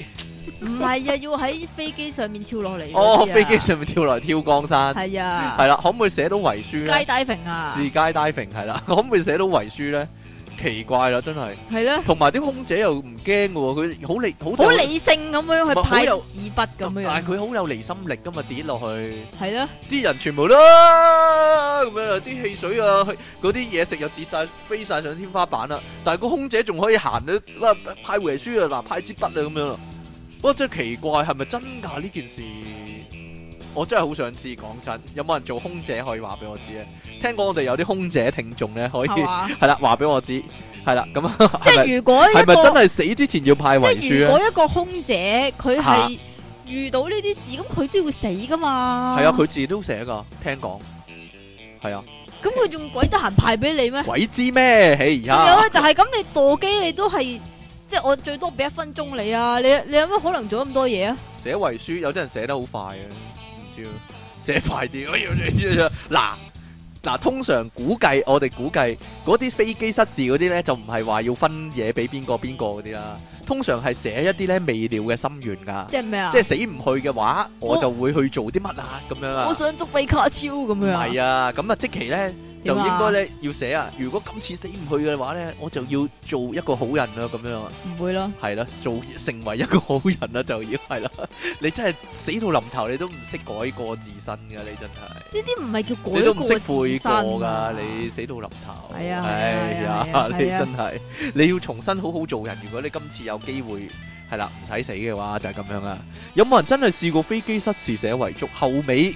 Speaker 1: 唔係啊，要喺飛機上面跳落嚟嗰啲啊。
Speaker 2: 哦，飛機上面跳來跳江山，
Speaker 1: 係啊
Speaker 2: 係啦，可唔可以寫到遺書
Speaker 1: ，sky
Speaker 2: 咧？
Speaker 1: diving 啊，
Speaker 2: 是街 diving 係啦，可 唔可以寫到遺書咧？奇怪啦，真係。
Speaker 1: 係咯。
Speaker 2: 同埋啲空姐又唔驚嘅喎，佢好理好
Speaker 1: 好理性咁樣去派
Speaker 2: 好有
Speaker 1: 紙筆咁樣
Speaker 2: 但係
Speaker 1: 樣，
Speaker 2: 佢好有離心力噶嘛，跌落去。
Speaker 1: 係咯，
Speaker 2: 啲人全部啦咁樣啦，啲汽水啊，去嗰啲嘢食又跌晒，飛晒上天花板啦。但係個空姐仲可以行咧，哇派遺書啊，嗱派支筆啊咁樣啦。哇真係奇怪，係咪真㗎呢件事？我真係好想知，講真，有冇人做空姐可以話俾我知咧？聽講我哋有啲空姐聽眾咧，可以
Speaker 1: 係嘛？
Speaker 2: 係啦，話俾我知，係啦，咁啊
Speaker 1: 即
Speaker 2: 係咪
Speaker 1: 係如果一
Speaker 2: 係咪真
Speaker 1: 個
Speaker 2: 係死之前要派啊遺
Speaker 1: 即係如
Speaker 2: 書咧？
Speaker 1: 果一個空姐佢係遇到呢啲事，咁佢都要死噶嘛？
Speaker 2: 係啊，佢自己都寫㗎，聽講係啊，
Speaker 1: 咁佢仲鬼得閒派俾你咩？
Speaker 2: 鬼知咩？哎
Speaker 1: 仲
Speaker 2: 呀！
Speaker 1: 有咧啊就係咁，你墮機你都係即係我最多俾一分鐘你啊！你你有乜可能做咁多嘢啊？
Speaker 2: 寫遺書有啲人寫得好快嘅，唔知啊，寫快啲。哎呀哎呀嗱嗱，通常估計我哋估計嗰啲飛機失事嗰啲呢，就唔係話要分嘢俾邊個邊個嗰啲啦，通常係寫一啲呢未了嘅心願㗎，
Speaker 1: 即係咩啊
Speaker 2: 即係？死唔去嘅話，
Speaker 1: 我
Speaker 2: 我就會去做啲乜啊咁樣啊
Speaker 1: 我。想捉比卡超咁
Speaker 2: 唔
Speaker 1: 樣啊，
Speaker 2: 係啊，咁啊即期呢，就
Speaker 1: 點啊
Speaker 2: 應該呢要寫啊，如果今次死唔去嘅話呢，我就要做一個好人啦咁樣啊。
Speaker 1: 唔會咯？
Speaker 2: 係啦，做成為一個好人啦，就要係啦。你真係死到臨頭，你都唔識改過自身噶，你真係，
Speaker 1: 呢啲唔係叫改
Speaker 2: 你都唔識
Speaker 1: 過
Speaker 2: 悔
Speaker 1: 自身
Speaker 2: 過噶
Speaker 1: 啊，
Speaker 2: 你死到臨頭。
Speaker 1: 係啊係啊
Speaker 2: 哎
Speaker 1: 係啊係
Speaker 2: 呀
Speaker 1: 啊，
Speaker 2: 你
Speaker 1: 係啊
Speaker 2: 真係，你要重新好好做人。如果你今次有機會係啦，唔使死嘅話就係咁樣啦。有冇人真係試過飛機失事寫遺囑，後尾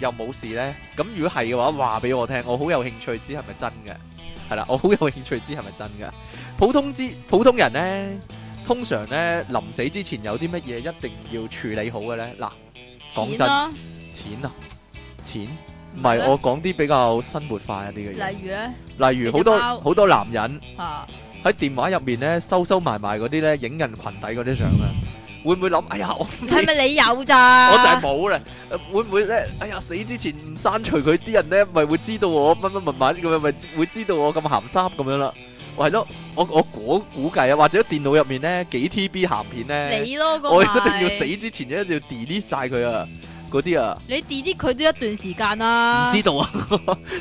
Speaker 2: 又冇事呢？咁如果係嘅話，話俾我聽，我好有興趣知係咪真嘅。係啦，我好有興趣知係咪真嘅。普通之普通人呢，通常呢，臨死之前有啲乜嘢一定要處理好嘅呢？嗱，講
Speaker 1: 錢
Speaker 2: 真
Speaker 1: 啦，
Speaker 2: 錢啊，錢唔
Speaker 1: 唔
Speaker 2: 係
Speaker 1: 咧
Speaker 2: 我講啲比較生活化一啲嘅
Speaker 1: 例如咧
Speaker 2: 嘢，例如好
Speaker 1: 你隻
Speaker 2: 多
Speaker 1: 貓
Speaker 2: 好多男人
Speaker 1: 嚇。
Speaker 2: 喺電話入面呢，收收埋埋嗰啲呢，影人裙底嗰啲相啊，會唔會諗？哎呀，我
Speaker 1: 係咪你有咋？
Speaker 2: 我就係冇咧，呃會唔會咧？哎呀，死之前唔刪除佢啲人咧，咪會知道我乜乜乜乜咁樣，咪會知道我咁鹹濕咁樣啦。我係咯，我我估估計啊，或者電腦入面咧幾 TB 鹹片咧，
Speaker 1: 你咯，嗰
Speaker 2: 我一
Speaker 1: 排
Speaker 2: 定要死之前一定要 delete 晒佢啊，嗰啲啊。
Speaker 1: 你 delete 佢都一段時間
Speaker 2: 唔
Speaker 1: 啦。
Speaker 2: 知道啊，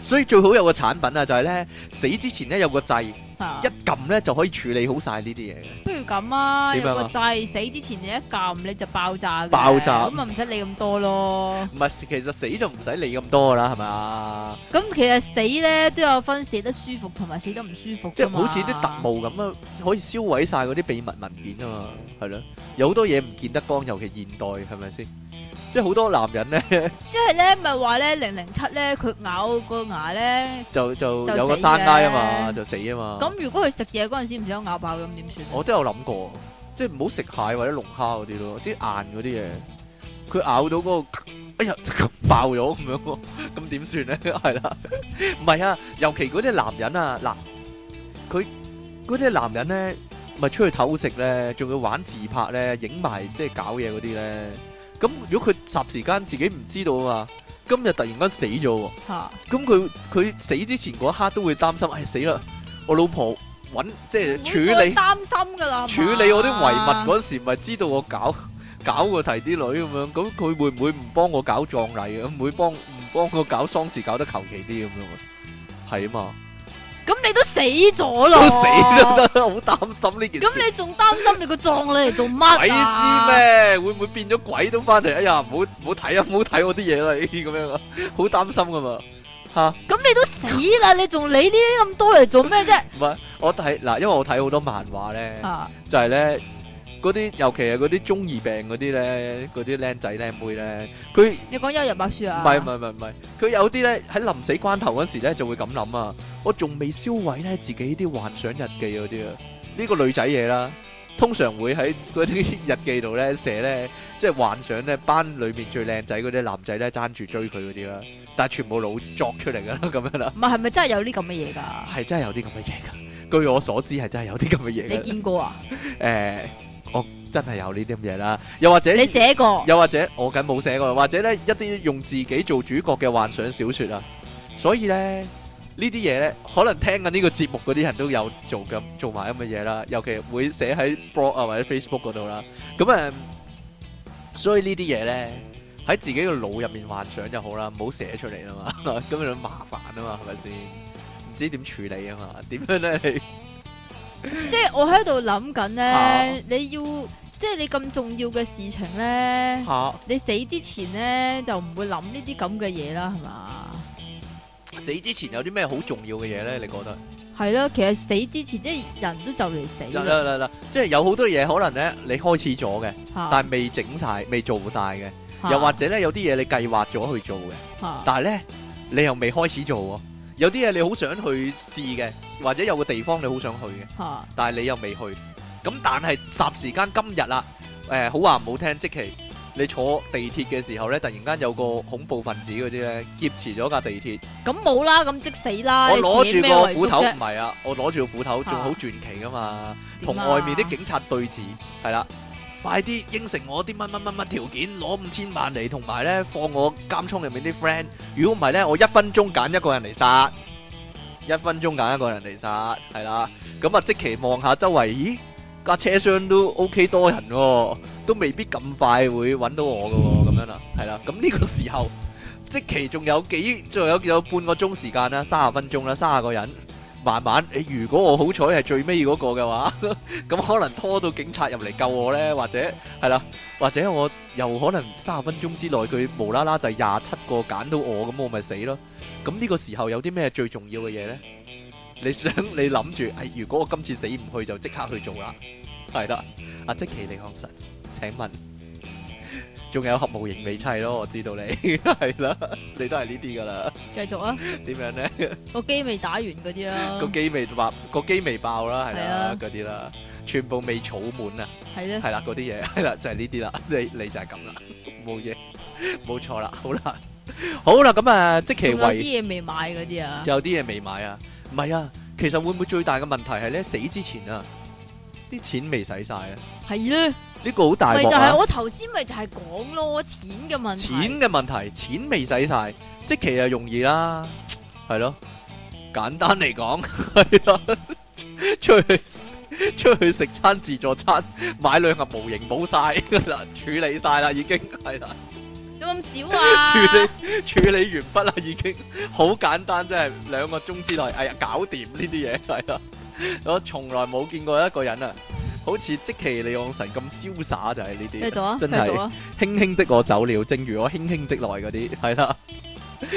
Speaker 2: 所以最好有個產品啊，就係咧死之前咧有個掣，
Speaker 1: 啊
Speaker 2: 一撳咧就可以處理好晒呢啲嘢嘅。
Speaker 1: 不如咁啊，有
Speaker 2: 點樣啊
Speaker 1: 個掣死之前你一撳你就爆炸嘅
Speaker 2: 爆炸
Speaker 1: 咁啊唔使理咁多咯。
Speaker 2: 唔係，其實死就唔使理咁多噶啦，係啊嘛？
Speaker 1: 咁其實死咧都有分死得舒服同埋死得唔舒服㗎嘛，
Speaker 2: 即係好似啲特務咁啊，可以銷毀晒嗰啲秘密文件啊嘛，係咯。有好多嘢唔見得光，尤其現代係咪先？即係好多男人咧
Speaker 1: 即係咧咪話咧零零七咧佢咬個牙咧，
Speaker 2: 就就
Speaker 1: 就
Speaker 2: 有個
Speaker 1: 死
Speaker 2: 生拉啊嘛，
Speaker 1: 嘅
Speaker 2: 就死啊嘛。
Speaker 1: 咁如果佢食嘢嗰陣時唔小心咬爆咁點算啊？
Speaker 2: 我都有諗過，即係唔好食蟹或者龍蝦嗰啲咯，啲硬嗰啲嘢，佢咬到嗰、個，哎呀爆咗咁樣喎， 咁點算咧？係啦，唔係啊，尤其嗰啲男人啊，嗱，佢嗰啲男人咧，咪出去偷食咧，仲要玩自拍咧，影埋即係搞嘢嗰啲咧，咁如果佢霎時間自己唔知道啊嘛，今日突然間死咗喎。
Speaker 1: 嚇
Speaker 2: 咁佢佢死之前嗰一刻都會擔心，唉、哎死啦！我老婆揾即係處
Speaker 1: 唔會
Speaker 2: 理
Speaker 1: 再擔心㗎啦，
Speaker 2: 處理我啲遺
Speaker 1: 嗰
Speaker 2: 物嗰時，咪知道我搞搞個提啲女咁樣，咁佢會唔會唔幫我搞葬禮啊？唔會幫唔幫我搞喪事搞得求其啲咁樣啊？係啊嘛，
Speaker 1: 咁你都死咗
Speaker 2: 都
Speaker 1: 咯，
Speaker 2: 死都得，好擔心呢件
Speaker 1: 咁
Speaker 2: 事。
Speaker 1: 你仲擔心你個葬你嚟做乜
Speaker 2: 鬼
Speaker 1: 啊？
Speaker 2: 知咩？會唔會變咗鬼都翻嚟？哎呀，唔好唔好睇啊，唔好睇我啲嘢啦， 呢啲咁樣啊，好擔心噶嘛。
Speaker 1: 咁你都死啦，你仲理呢啲咁多嚟做咩啫？
Speaker 2: 唔係，我睇嗱，因為我睇好多漫畫咧。
Speaker 1: 啊，
Speaker 2: 就係咧嗰啲，尤其係嗰啲中二病嗰啲咧，嗰啲僆仔僆妹咧，佢唔
Speaker 1: 你講幽遊白書啊？
Speaker 2: 係唔係唔係唔係，佢有啲咧喺臨死關頭嗰時咧就會咁諗啊，我仲未燒毀咧自己啲幻想日記嗰啲啊，呢個女仔嘢啦。通常會喺嗰啲日記度咧寫咧，即係幻想咧班裏面最靚仔嗰啲男仔咧爭住追佢嗰啲啦，但係全部老作出嚟噶啦，咁樣啦，
Speaker 1: 唔係係咪真係有呢咁嘅嘢㗎？
Speaker 2: 係真係有啲咁嘅嘢噶。據我所知係真係有啲咁嘅嘢㗎。
Speaker 1: 你見過啊？
Speaker 2: 誒，我真係有呢啲咁嘢啦，又或者
Speaker 1: 你寫過？
Speaker 2: 又或者我梗冇寫過，或者咧一啲用自己做主角嘅幻想小説啊，所以咧呢啲嘢咧，可能聽緊呢個節目嗰啲人都有做咁做埋咁嘅嘢啦，尤其會寫喺 blog 啊或者 Facebook 嗰度啦，咁誒、嗯所以呢啲嘢咧喺自己個腦入面幻想就好啦，唔好寫出嚟啊嘛， 咁樣麻煩啊嘛，係咪先？唔知點處理啊嘛，點樣咧？你
Speaker 1: 即係我喺度諗緊
Speaker 2: 啊
Speaker 1: 咧，你要即係你咁重要嘅事情咧，
Speaker 2: 嚇
Speaker 1: 你死之前咧就唔會諗呢啲咁嘅嘢啦，係嘛？
Speaker 2: 死之前有啲咩好重要嘅嘢咧？你覺得？
Speaker 1: 係咯，其實死之前即係人都就嚟死
Speaker 2: 嗱
Speaker 1: 啦，
Speaker 2: 嗱嗱嗱，即係有好多嘢可能咧，你開始咗嘅，但係未整晒、未做晒嘅，又或者咧有啲嘢你計劃咗去做嘅，
Speaker 1: 者
Speaker 2: 但係咧你又未開始做喎。有啲嘢你好想去試嘅，或者有個地方你好想去嘅，但係你又未去。咁但係霎時間今日啦，誒、好話唔好聽，即期你坐地鐵嘅時候咧，突然間有個恐怖分子嗰啲咧劫持咗架地鐵。
Speaker 1: 咁冇啦，咁即死啦，
Speaker 2: 我
Speaker 1: 啊你
Speaker 2: 攞
Speaker 1: 寫
Speaker 2: 住
Speaker 1: 咩
Speaker 2: 個
Speaker 1: 遺
Speaker 2: 斧
Speaker 1: 囑
Speaker 2: 頭，
Speaker 1: 啫
Speaker 2: 唔係啊，我攞住個斧頭，仲好
Speaker 1: 啊
Speaker 2: 傳奇噶嘛，同
Speaker 1: 點啊
Speaker 2: 外面啲警察對峙，係啦，快啲應承我啲乜乜乜乜條件，攞五千萬嚟，同埋咧放我監倉入面啲 friend，如果唔係咧，我一分鐘揀一個人嚟殺，一分鐘揀一個人嚟殺，係啦，咁啊即期望下周圍，咦架車廂都 OK 多人喎、都未必咁快會揾到我噶喎、咁樣啦，係啦，咁呢個時候。即期仲有幾，仲有有半個鐘時間啦，三十分鐘啦，三十個人，慢慢誒、如果我好彩係最尾嗰個嘅話，咁可能拖到警察入嚟救我呢，或者係啦，或者我又可能三十分鐘之內佢無啦啦第廿七個揀到我，咁我咪死咯。咁呢個時候有啲咩最重要嘅嘢呢？你想 你諗住，誒、哎如果我今次死唔去就即刻去做啦，係啦。阿即奇你講實，請問仲有合模型未砌咯？我知道你 係啦，你都係呢啲噶啦。
Speaker 1: 繼續啊，
Speaker 2: 點樣呢？
Speaker 1: 個機未打完嗰啲啊啦，
Speaker 2: 個機未爆，個機未爆啦，係
Speaker 1: 係
Speaker 2: 啦
Speaker 1: 啊，
Speaker 2: 嗰啲啦，全部未儲滿啊，
Speaker 1: 係咧，
Speaker 2: 係啦，嗰啲嘢 係啦，就係呢啲啦，你你就係咁啦，冇嘢， 冇錯啦，好啦，好啦，咁啊，即
Speaker 1: 仲
Speaker 2: 其
Speaker 1: 有
Speaker 2: 為。
Speaker 1: 啲嘢未買嗰啲啊，
Speaker 2: 就有啲嘢未買啊，唔係啊，其實會唔會最大嘅問題係咧死之前啊，啲錢未使晒啊，
Speaker 1: 係咧，
Speaker 2: 呢個好大
Speaker 1: 咪
Speaker 2: 鑊
Speaker 1: 就
Speaker 2: 啊
Speaker 1: 係！我頭先咪就係講咯，錢嘅問題。
Speaker 2: 錢嘅問題，錢未使晒，即期啊容易啦，係咯，簡單嚟講係啦， 出去出去食餐自助餐，買兩盒模型冇晒㗎啦，處理晒啦已經係啦。
Speaker 1: 有咁少 啊？
Speaker 2: 處理處理完畢啦，已經好簡單，真係兩個鐘之內，哎呀，搞掂呢啲嘢係啦。我從來冇見過一個人啊，好似即其利昂神咁瀟灑就係呢
Speaker 1: 繼
Speaker 2: 啲，
Speaker 1: 續啊，繼
Speaker 2: 真係
Speaker 1: 續啊，
Speaker 2: 輕輕的我走了，正如我輕輕的來嗰啲，係啦。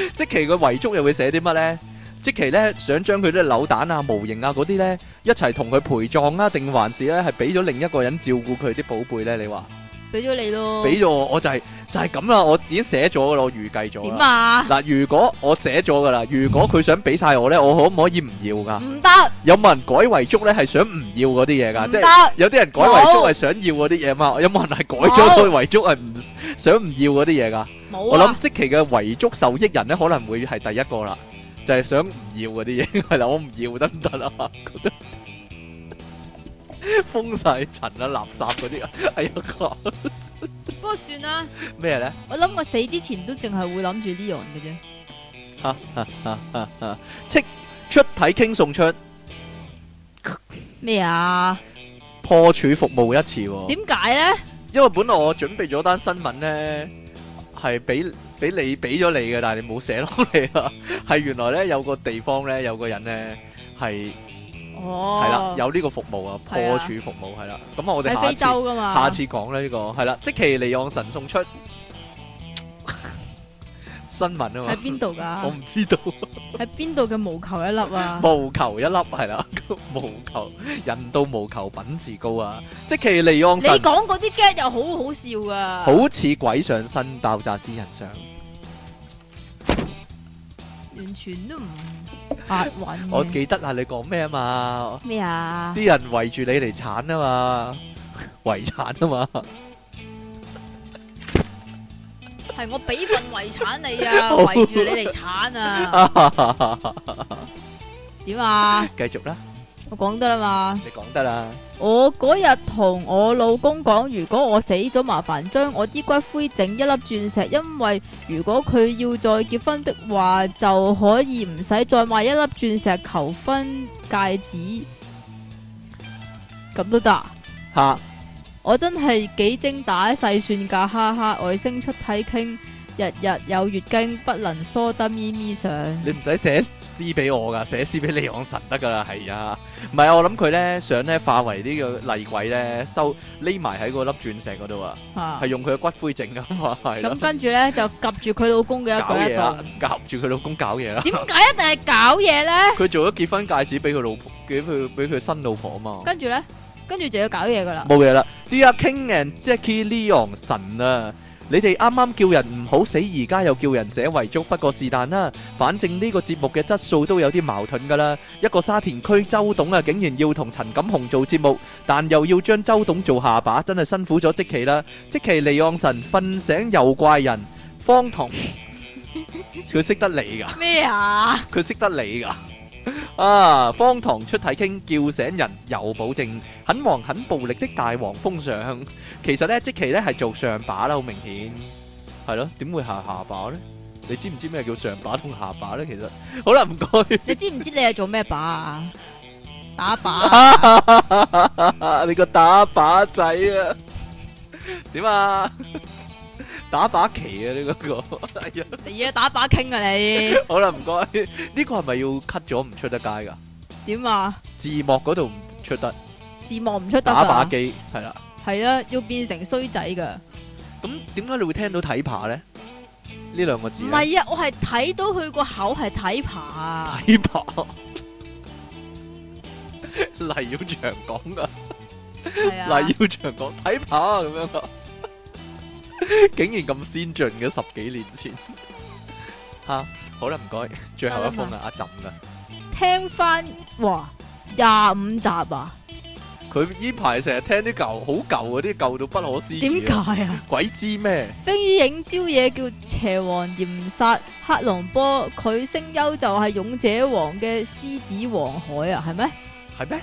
Speaker 2: 即其個遺囑又會寫啲乜呢？即其呢，想將佢啲扭蛋啊、模型啊嗰啲呢，一齊同佢陪葬啊，定還是呢係俾咗另一個人照顧佢啲寶貝呢？你話
Speaker 1: 俾咗你咯。
Speaker 2: 俾咗我，我就係、就係咁啦，我自己寫咗噶啦，我預計咗
Speaker 1: 點
Speaker 2: 啦。
Speaker 1: 啊？
Speaker 2: 嗱，如果我寫咗噶啦，如果佢想俾晒我呢，我可唔可以唔要噶？
Speaker 1: 唔得，
Speaker 2: 有冇人改遺囑呢？係想唔要嗰啲嘢噶？
Speaker 1: 唔
Speaker 2: 即係。
Speaker 1: 得，
Speaker 2: 有啲人改遺囑係想要嗰啲嘢嘛，有冇人係改咗佢遺囑係唔想唔要嗰啲嘢噶？
Speaker 1: 冇
Speaker 2: 我諗
Speaker 1: 啊！
Speaker 2: 即期嘅遺囑受益人咧，可能會係第一個啦，就係想唔要嗰啲嘢， 係啦，我唔要得唔得啊？ 覺得封晒塵啊、 垃圾嗰啲啊，哎呀個
Speaker 1: 不過算啦，
Speaker 2: 咩咧？
Speaker 1: 我諗我死之前都淨係會諗住呢樣嘅啫。
Speaker 2: 哈哈哈哈哈！即出體傾送出
Speaker 1: 咩啊？
Speaker 2: 破處服務一次喎。
Speaker 1: 點解咧？
Speaker 2: 因為本來我準備咗單新聞咧，係俾俾你俾咗你嘅，但係你冇寫落嚟啊。 係原來咧有個地方咧有個人咧係
Speaker 1: 哦，
Speaker 2: 係啦，有呢個服務啊，破
Speaker 1: 係啊
Speaker 2: 處服務係啦。咁啊我哋
Speaker 1: 喺
Speaker 2: 下
Speaker 1: 非
Speaker 2: 次
Speaker 1: 洲啊噶嘛？
Speaker 2: 下次講啦呢個係啦，即其利昂神 送出新聞啊
Speaker 1: 喺邊度
Speaker 2: 嘛，我
Speaker 1: 噶？
Speaker 2: 唔 知道。
Speaker 1: 喺邊度嘅毛球一粒啊？
Speaker 2: 無求一粒係啦， 無求人到無求品自高啊！即其利昂
Speaker 1: 你
Speaker 2: 神
Speaker 1: 講嗰啲 get 又好好笑啊噶。
Speaker 2: 好似鬼上身，爆炸私人相。
Speaker 1: 完全都唔押韻嘅
Speaker 2: 我記得啦，你講咩啊嘛？
Speaker 1: 咩啊？
Speaker 2: 啲人圍住你嚟產啊嘛，圍產啊嘛，
Speaker 1: 係我俾份遺產你啊，
Speaker 2: 好
Speaker 1: 圍住你嚟產啊？ 點啊？
Speaker 2: 繼續啦，
Speaker 1: 我講得啦嘛。
Speaker 2: 你講得啦，
Speaker 1: 我嗰日同我老公講，如果我死咗，麻煩將我啲骨灰整一粒鑽石，因為如果佢要再結婚的話，就可以唔使再買一粒鑽石求婚戒指，咁都得啊。
Speaker 2: 嚇
Speaker 1: 我真係幾精打細算㗎，哈哈！外星出體傾，日日有月經，不能疏得咪咪上。
Speaker 2: 你唔使寫詩俾我噶，寫詩俾李昂臣得噶啦，係啊，唔係啊，我諗佢咧想咧化為呢個厲鬼咧，收匿埋喺嗰粒鑽石嗰度啊，
Speaker 1: 啊
Speaker 2: 係用佢嘅骨灰整啊 嘛，係
Speaker 1: 咁
Speaker 2: 啦，
Speaker 1: 跟住呢，就夾住佢老公嘅一
Speaker 2: 搞
Speaker 1: 舉
Speaker 2: 嘢啊
Speaker 1: 一
Speaker 2: 啦
Speaker 1: 動。，
Speaker 2: 夾住佢老公搞嘢啦，
Speaker 1: 點解一定係搞嘢呢？
Speaker 2: 佢做咗結婚戒指俾佢老婆，俾佢俾佢新老婆啊嘛。
Speaker 1: 跟住呢，跟住就要搞嘢噶啦。
Speaker 2: 冇嘢啦。呢阿 King and Jackie Leon 神啊！你哋啱啱叫人唔好死，而家又叫人寫遺囑，不過是但啦。反正呢個節目嘅質素都有啲矛盾㗎啦。一個沙田區周董啊，竟然要同陳錦雄做節目，但又要將周董做下巴，真係辛苦咗即期啦。即期離岸神瞓醒又怪人，荒 唐。佢識得你㗎。
Speaker 1: 咩啊？
Speaker 2: 佢識得你㗎。 啊！荒唐出體傾，叫醒人有保證，很黃很暴力的大黃風上。其實呢，即期呢係做上把啦，好明顯係咯。點會下下把呢？你知唔知咩叫上把同下把呢？其實好啦，唔該，
Speaker 1: 你知唔知你係做咩靶啊？打靶。
Speaker 2: 啊 你個打靶仔啊，點啊？ 打靶旗啊！呢、個哎呀，
Speaker 1: 你啊打靶傾啊你？
Speaker 2: 好啦，唔該，呢、個係咪要 cut 咗唔出得街㗎？
Speaker 1: 點啊？
Speaker 2: 字幕嗰度唔出得，
Speaker 1: 字幕唔出得
Speaker 2: 打
Speaker 1: 㗎
Speaker 2: 靶。機係啦。
Speaker 1: 係啊，要變成衰仔㗎。
Speaker 2: 咁點解你會聽到睇扒咧？呢兩個字
Speaker 1: 唔
Speaker 2: 呢
Speaker 1: 係啊，我係睇到佢個口係睇爬啊。
Speaker 2: 睇扒，黎耀祥講噶，
Speaker 1: 係啊
Speaker 2: 黎耀祥講睇扒咁樣噶，竟然咁先進嘅十幾年前 吓、啊好啦，唔該，最後一封啦，阿朕啊噶，
Speaker 1: 聽翻哇廿五集啊？
Speaker 2: 佢呢排成日聽啲舊好舊嗰啲舊到不可思
Speaker 1: 點
Speaker 2: 議啊，
Speaker 1: 解啊？
Speaker 2: 鬼知咩？
Speaker 1: 飛影招嘢叫邪王炎殺黑龍波，佢聲優就係勇者王嘅獅子王海啊，係咩？
Speaker 2: 係咩？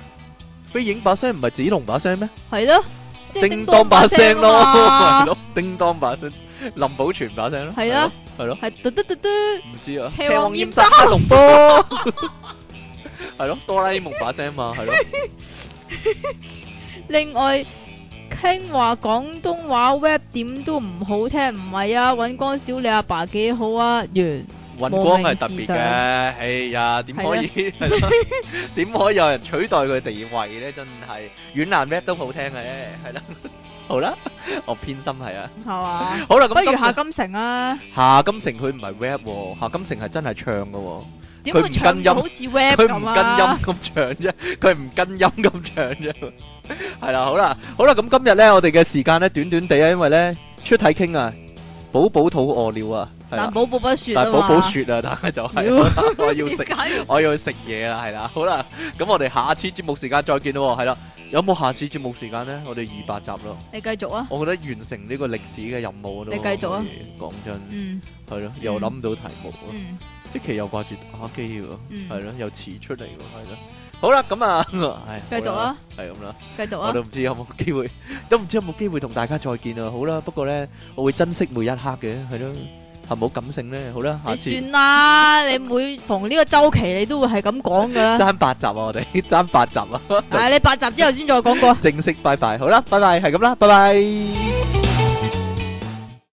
Speaker 2: 飛影把聲唔係子龍把聲咩？
Speaker 1: 係咯，即係
Speaker 2: 叮
Speaker 1: 當
Speaker 2: 當把聲
Speaker 1: 聲
Speaker 2: 咯，
Speaker 1: 啊
Speaker 2: 係
Speaker 1: 嘛，
Speaker 2: 咯，叮當把聲，林保全把聲咯，
Speaker 1: 係啊
Speaker 2: 係咯，係咯，
Speaker 1: 係嘟嘟嘟嘟，
Speaker 2: 唔知啊，
Speaker 1: 邪王
Speaker 2: 煙
Speaker 1: 厭
Speaker 2: 殺黑龍波， 係咯，哆啦 A 夢把聲嘛，係咯，
Speaker 1: 另外。傾話廣東 à, Dạ. 話 rap 點都唔好聽，唔係啊！尹光小你阿爸幾好啊，完
Speaker 2: 尹光係特別嘅，哎呀，點可以係咯點可以有人取代佢地位咧？真係軟爛 rap 都好聽嘅，係啦，好啦，我偏心係啊，
Speaker 1: 係嘛？
Speaker 2: 好啦，咁
Speaker 1: 不如
Speaker 2: 今
Speaker 1: 夏金城啊，
Speaker 2: 夏金城佢唔係 rap 喎，夏金城係真係唱嘅喎，
Speaker 1: 點
Speaker 2: 佢
Speaker 1: 會
Speaker 2: 唔
Speaker 1: 唱
Speaker 2: 跟
Speaker 1: 到
Speaker 2: 音
Speaker 1: 好似 rap
Speaker 2: 佢唔
Speaker 1: 咁啊？
Speaker 2: 跟音咁唱啫， 佢唔跟音咁唱啫，係啦，好啦，好啦，咁今日咧我哋嘅時間咧短短地啊，因為咧出體傾啊，寶寶肚餓了啊，係
Speaker 1: 但
Speaker 2: 啦，
Speaker 1: 寶寶不說
Speaker 2: 但
Speaker 1: 啊
Speaker 2: 係寶寶
Speaker 1: 嘛。
Speaker 2: 雪啊，但係就係
Speaker 1: 妖
Speaker 2: 我 要食
Speaker 1: 點。解要
Speaker 2: 我要去食嘢啦，係啦，好啦，咁我哋下次節目時間再見咯喎，係啦，有冇下次節目時間呢？我哋二百集咯，
Speaker 1: 你繼續啊，
Speaker 2: 我覺得完成呢個歷史嘅任務咯。
Speaker 1: 你繼續啊，
Speaker 2: 講真，
Speaker 1: 嗯
Speaker 2: 係咯，又諗唔到題目喎，
Speaker 1: 嗯
Speaker 2: 即期又掛住打機喎，
Speaker 1: 嗯，
Speaker 2: 係咯，又遲出嚟喎，係咯，好啦，咁啊， 唉，
Speaker 1: 繼續啊，
Speaker 2: 好啦，係咁啦。
Speaker 1: 繼續
Speaker 2: 我
Speaker 1: 啊
Speaker 2: 都，唔知有冇機會， 都唔知有冇機會同大家再見啊！好啦，不過呢，我會珍惜每一刻嘅，係咯，係咪好感性呢？好啦，下
Speaker 1: 你
Speaker 2: 次
Speaker 1: 算啦，你每逢呢個周期你都會係咁講噶啦，
Speaker 2: 爭八集啊，我哋 爭八集啊！
Speaker 1: 係你八集之後先再講過。
Speaker 2: 正式拜拜，好啦，拜拜，係咁啦，拜拜。